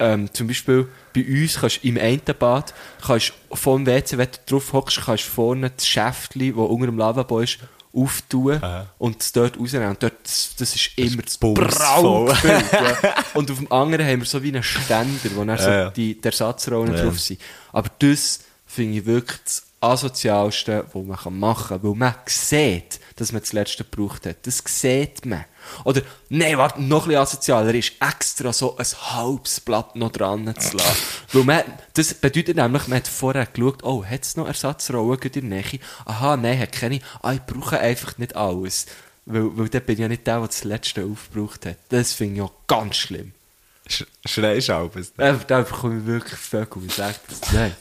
Speaker 5: ähm, zum Beispiel bei uns kannst du im einen Bad, kannst du vom WC, wenn du drauf hockst, kannst du vorne das Schäftchen, das unter dem Lavabo ist, auftun und es dort rausnehmen. Und dort, das, das ist immer das
Speaker 2: bumsvoll.
Speaker 5: Braun. ja. Und auf dem anderen haben wir so wie einen Ständer, wo dann so
Speaker 2: Ja, ja.
Speaker 5: die, die Ersatzrollen drauf sind. Aber das finde ich wirklich das Asozialste, was man kann machen kann. Weil man sieht, dass man das Letzte gebraucht hat. Das sieht man. Oder, nein, warte, noch ein bisschen asozialer ist, extra so ein halbes Blatt noch dran zu lassen. Weil man, das bedeutet nämlich, man hat vorher geschaut, oh, hat es noch Ersatzrollen in der Nähe? Aha, nein, hat keine. Ah, ich brauche einfach nicht alles. Weil, weil dann bin ich ja nicht der, der das Letzte aufgebraucht hat. Das finde ich ja ganz schlimm.
Speaker 2: Sch Schreist du es?
Speaker 5: Da da bekomme ich wirklich Vögel und sage das. Nein.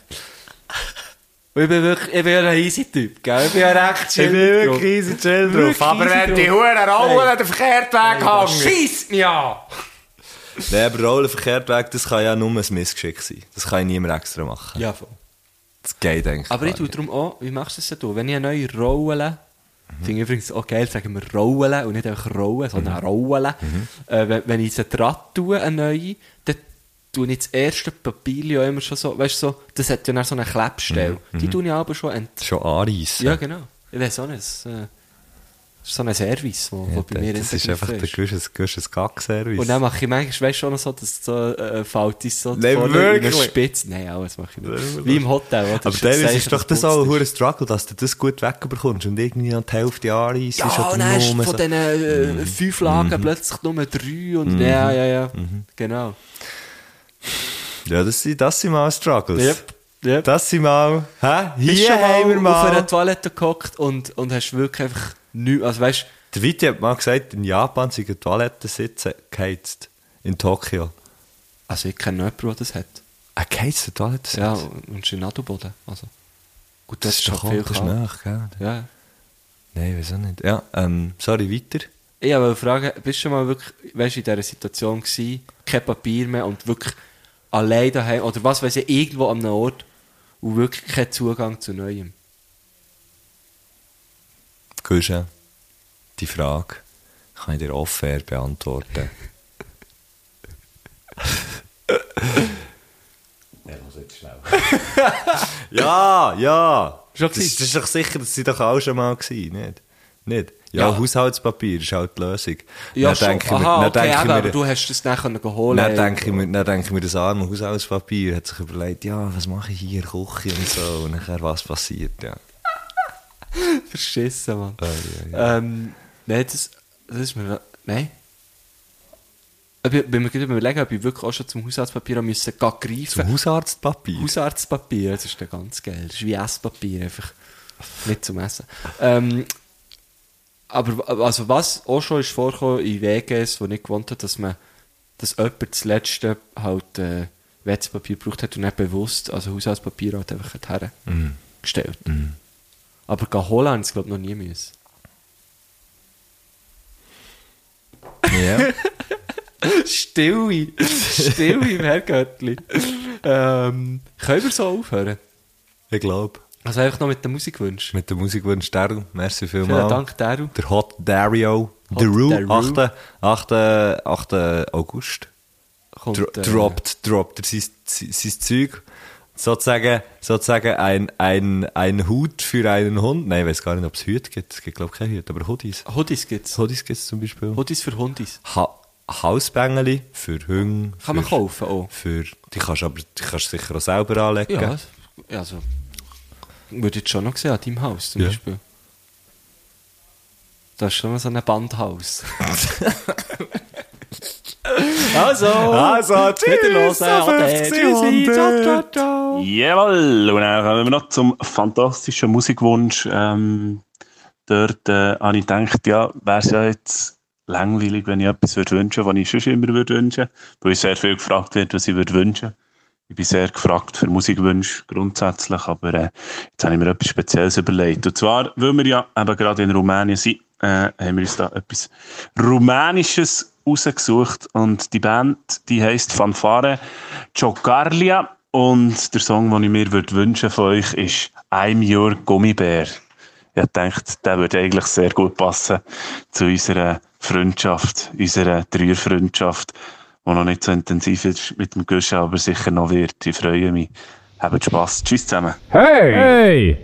Speaker 5: Und Ich bin wirklich, ich bin ja ein easy Typ, gell? Ich bin ja recht chill. drauf.
Speaker 2: easy chill
Speaker 5: Wirklich easy drauf.
Speaker 2: den Verkehrtweg
Speaker 5: Ah, Scheisst mich an!
Speaker 2: Nein, aber Rollen Verkehrtweg, das kann ja nur ein Missgeschick sein. Das kann ich niemand extra machen.
Speaker 5: Ja, voll.
Speaker 2: Das geht eigentlich
Speaker 5: Aber
Speaker 2: gar
Speaker 5: ich tue
Speaker 2: nicht.
Speaker 5: darum auch, oh, wie machst du das denn? du? Wenn ich eine neue Rolle, finde ich übrigens auch geil, sagen wir Rolle und nicht einfach Rollen, sondern Rolle. Äh, wenn, wenn ich jetzt eine Draht tue, eine neue, dann tue ich das erste Papier ja immer schon so, weißt du, so, das hat ja dann so eine Klebstelle. Die tue ich aber schon ent
Speaker 2: Schon anreissen.
Speaker 5: Ja, genau. Ich weiß auch nicht. Es, äh, ist so ein Service, wo, wo
Speaker 2: Ja,
Speaker 5: bei mir
Speaker 2: das ist einfach der
Speaker 5: inbegriffen
Speaker 2: gewisses, gewisses Gag-Service.
Speaker 5: Und dann mache ich manchmal, weißt du, auch noch so, dass so äh, fällt ist so
Speaker 2: Nein,
Speaker 5: vorne
Speaker 2: wirklich?
Speaker 5: in der Spitze. Nein, alles mache ich nicht. Wie im Hotel. Oder?
Speaker 2: aber
Speaker 5: ist ein
Speaker 2: teilweise
Speaker 5: Zeichen,
Speaker 2: ist doch
Speaker 5: dass
Speaker 2: das auch ein
Speaker 5: geputzt
Speaker 2: hoher Struggle, dass du das gut wegbekommst und irgendwie an die Hälfte anreissest.
Speaker 5: ist. Ja,
Speaker 2: oder
Speaker 5: und dann hast
Speaker 2: halt nur
Speaker 5: du
Speaker 2: so. Mhm.
Speaker 5: von diesen äh, fünf Lagen plötzlich nur drei und ja, ja, ja.
Speaker 2: Mhm.
Speaker 5: Genau.
Speaker 2: Ja, das sind, das sind mal Struggles.
Speaker 5: Yep, yep.
Speaker 2: Das sind mal... Hä?
Speaker 5: Bist
Speaker 2: Hier
Speaker 5: schon
Speaker 2: haben wir
Speaker 5: auf einer
Speaker 2: mal...
Speaker 5: Toilette gehockt und, und hast wirklich einfach nichts, also weißt
Speaker 2: Der Viti hat mal gesagt, in Japan sind die Toilettensitze geheizt. In Tokio. Äh,
Speaker 5: also ich kenne jemanden, der das hat.
Speaker 2: Ein geheizter Toilettensitz?
Speaker 5: Ja, und Schinado-Boden, also. Gut,
Speaker 2: das ist doch ne?
Speaker 5: schon
Speaker 2: auch
Speaker 5: viel
Speaker 2: das ist
Speaker 5: kalt.
Speaker 2: nach, gell?
Speaker 5: Ja.
Speaker 2: Nein, wieso nicht? Ja, ähm, sorry, weiter.
Speaker 5: Ich wollte fragen, bist du schon mal wirklich weißt, du, in dieser Situation gewesen, kein Papier mehr und wirklich allein daheim oder was weiß ich, irgendwo an einem Ort und wirklich keinen Zugang zu Neuem?
Speaker 2: Guschen, die Frage kann ich dir off-air beantworten. ja, ja.
Speaker 5: Schon
Speaker 2: das, das
Speaker 5: gewesen?
Speaker 2: ist doch sicher, das sind doch auch schon mal gewesen, nicht? Nicht? Ja,
Speaker 5: Ja.
Speaker 2: Haushaltspapier ist halt die Lösung.
Speaker 5: Ja,
Speaker 2: Dann
Speaker 5: schon.
Speaker 2: denke ich mir- dann
Speaker 5: Aha, okay,
Speaker 2: denke ich
Speaker 5: eben,
Speaker 2: mir-
Speaker 5: aber du äh, hast es dann können holen
Speaker 2: dann denke ich mir, dann denke ich mir, das arme Haushaltspapier hat sich überlegt, ja, was mache ich hier, Küche und so, und nachher was passiert, ja.
Speaker 5: Verschissen, Mann.
Speaker 2: Ei, ei,
Speaker 5: Ähm, nein, das, das ist mir... Nein. Ich bin mir gerade überlegen, ob ich wirklich auch schon zum Hausarztpapier haben müssen gehen greifen
Speaker 2: Zum Hausarztpapier.
Speaker 5: Hausarztpapier, das ist ja ganz geil. Das ist wie Esspapier, einfach nicht zum Essen. Ähm, aber w- also was auch schon ist vorgekommen in WGs, wo ich gewohnt habe, dass man, dass jemand das letzte halt äh, WC-Papier gebraucht hat und nicht bewusst, also Hausarztpapier halt einfach hat hergestellt. Aber gehen holen habe ich es, glaube ich, noch nie müssen.
Speaker 2: ja.
Speaker 5: Stille, stille im Herrgöttli. ähm, können wir so aufhören?
Speaker 2: Ich glaube,
Speaker 5: Also einfach noch mit dem Musikwunsch.
Speaker 2: mit der Musikwunsch Daru, merci vielmals.
Speaker 5: Vielen Dank, Daru.
Speaker 2: Der Hot Dario,
Speaker 5: Hot
Speaker 2: The Rule,
Speaker 5: Daru.
Speaker 2: 8, 8, 8 August.
Speaker 5: Kommt,
Speaker 2: Dro
Speaker 5: äh,
Speaker 2: droppt, droppt er sein, sein sein Zeug. Sozusagen, sozusagen ein, ein, ein Hut für einen Hund. Nein, ich weiß gar nicht, ob es Hüte gibt. Es gibt, glaube ich, keine Hüte, aber Hoodies.
Speaker 5: Hoodies gibt's.
Speaker 2: Hoodies gibt es zum Beispiel.
Speaker 5: Hoodies für Hundis.
Speaker 2: ha Hausbängeli für Hüng.
Speaker 5: Kann man kaufen auch?
Speaker 2: Für, die kannst du aber, die kannst du sicher auch selber anlegen.
Speaker 5: Ja, das- also würde ich jetzt schon noch sehen an deinem Haus zum
Speaker 2: Ja.
Speaker 5: Beispiel. Das ist schon mal so ein Bandhaus. also,
Speaker 2: Also, tschüss,
Speaker 5: wieder los,
Speaker 2: auf
Speaker 5: Ade.
Speaker 2: 50
Speaker 5: Tschüssi, ciao,
Speaker 2: Hunde.
Speaker 5: ciao, ciao.
Speaker 1: Jawohl! Und dann kommen wir noch zum fantastischen Musikwunsch. Ähm, dort äh, habe ich gedacht, ja, wäre es ja jetzt langweilig, wenn ich etwas würde wünschen würde, was ich sonst immer würde wünschen weil ich sehr viel gefragt werde, was ich würde wünschen Ich bin sehr gefragt für Musikwünsche grundsätzlich, aber äh, jetzt habe ich mir etwas Spezielles überlegt. Und zwar, weil wir ja eben gerade in Rumänien sind, äh, haben wir uns da etwas Rumänisches rausgesucht. Und die Band, die heisst Fanfare Ciocarlia. Und der Song, den ich mir würd wünschen von euch ist I'm Your Gummibär. Ich denkt, der würde eigentlich sehr gut passen zu unserer Freundschaft, unserer Dreierfreundschaft, die noch nicht so intensiv ist mit dem Guschen, aber sicher noch wird. Ich freue mich. Habt Spass. Tschüss zusammen.
Speaker 7: Hey!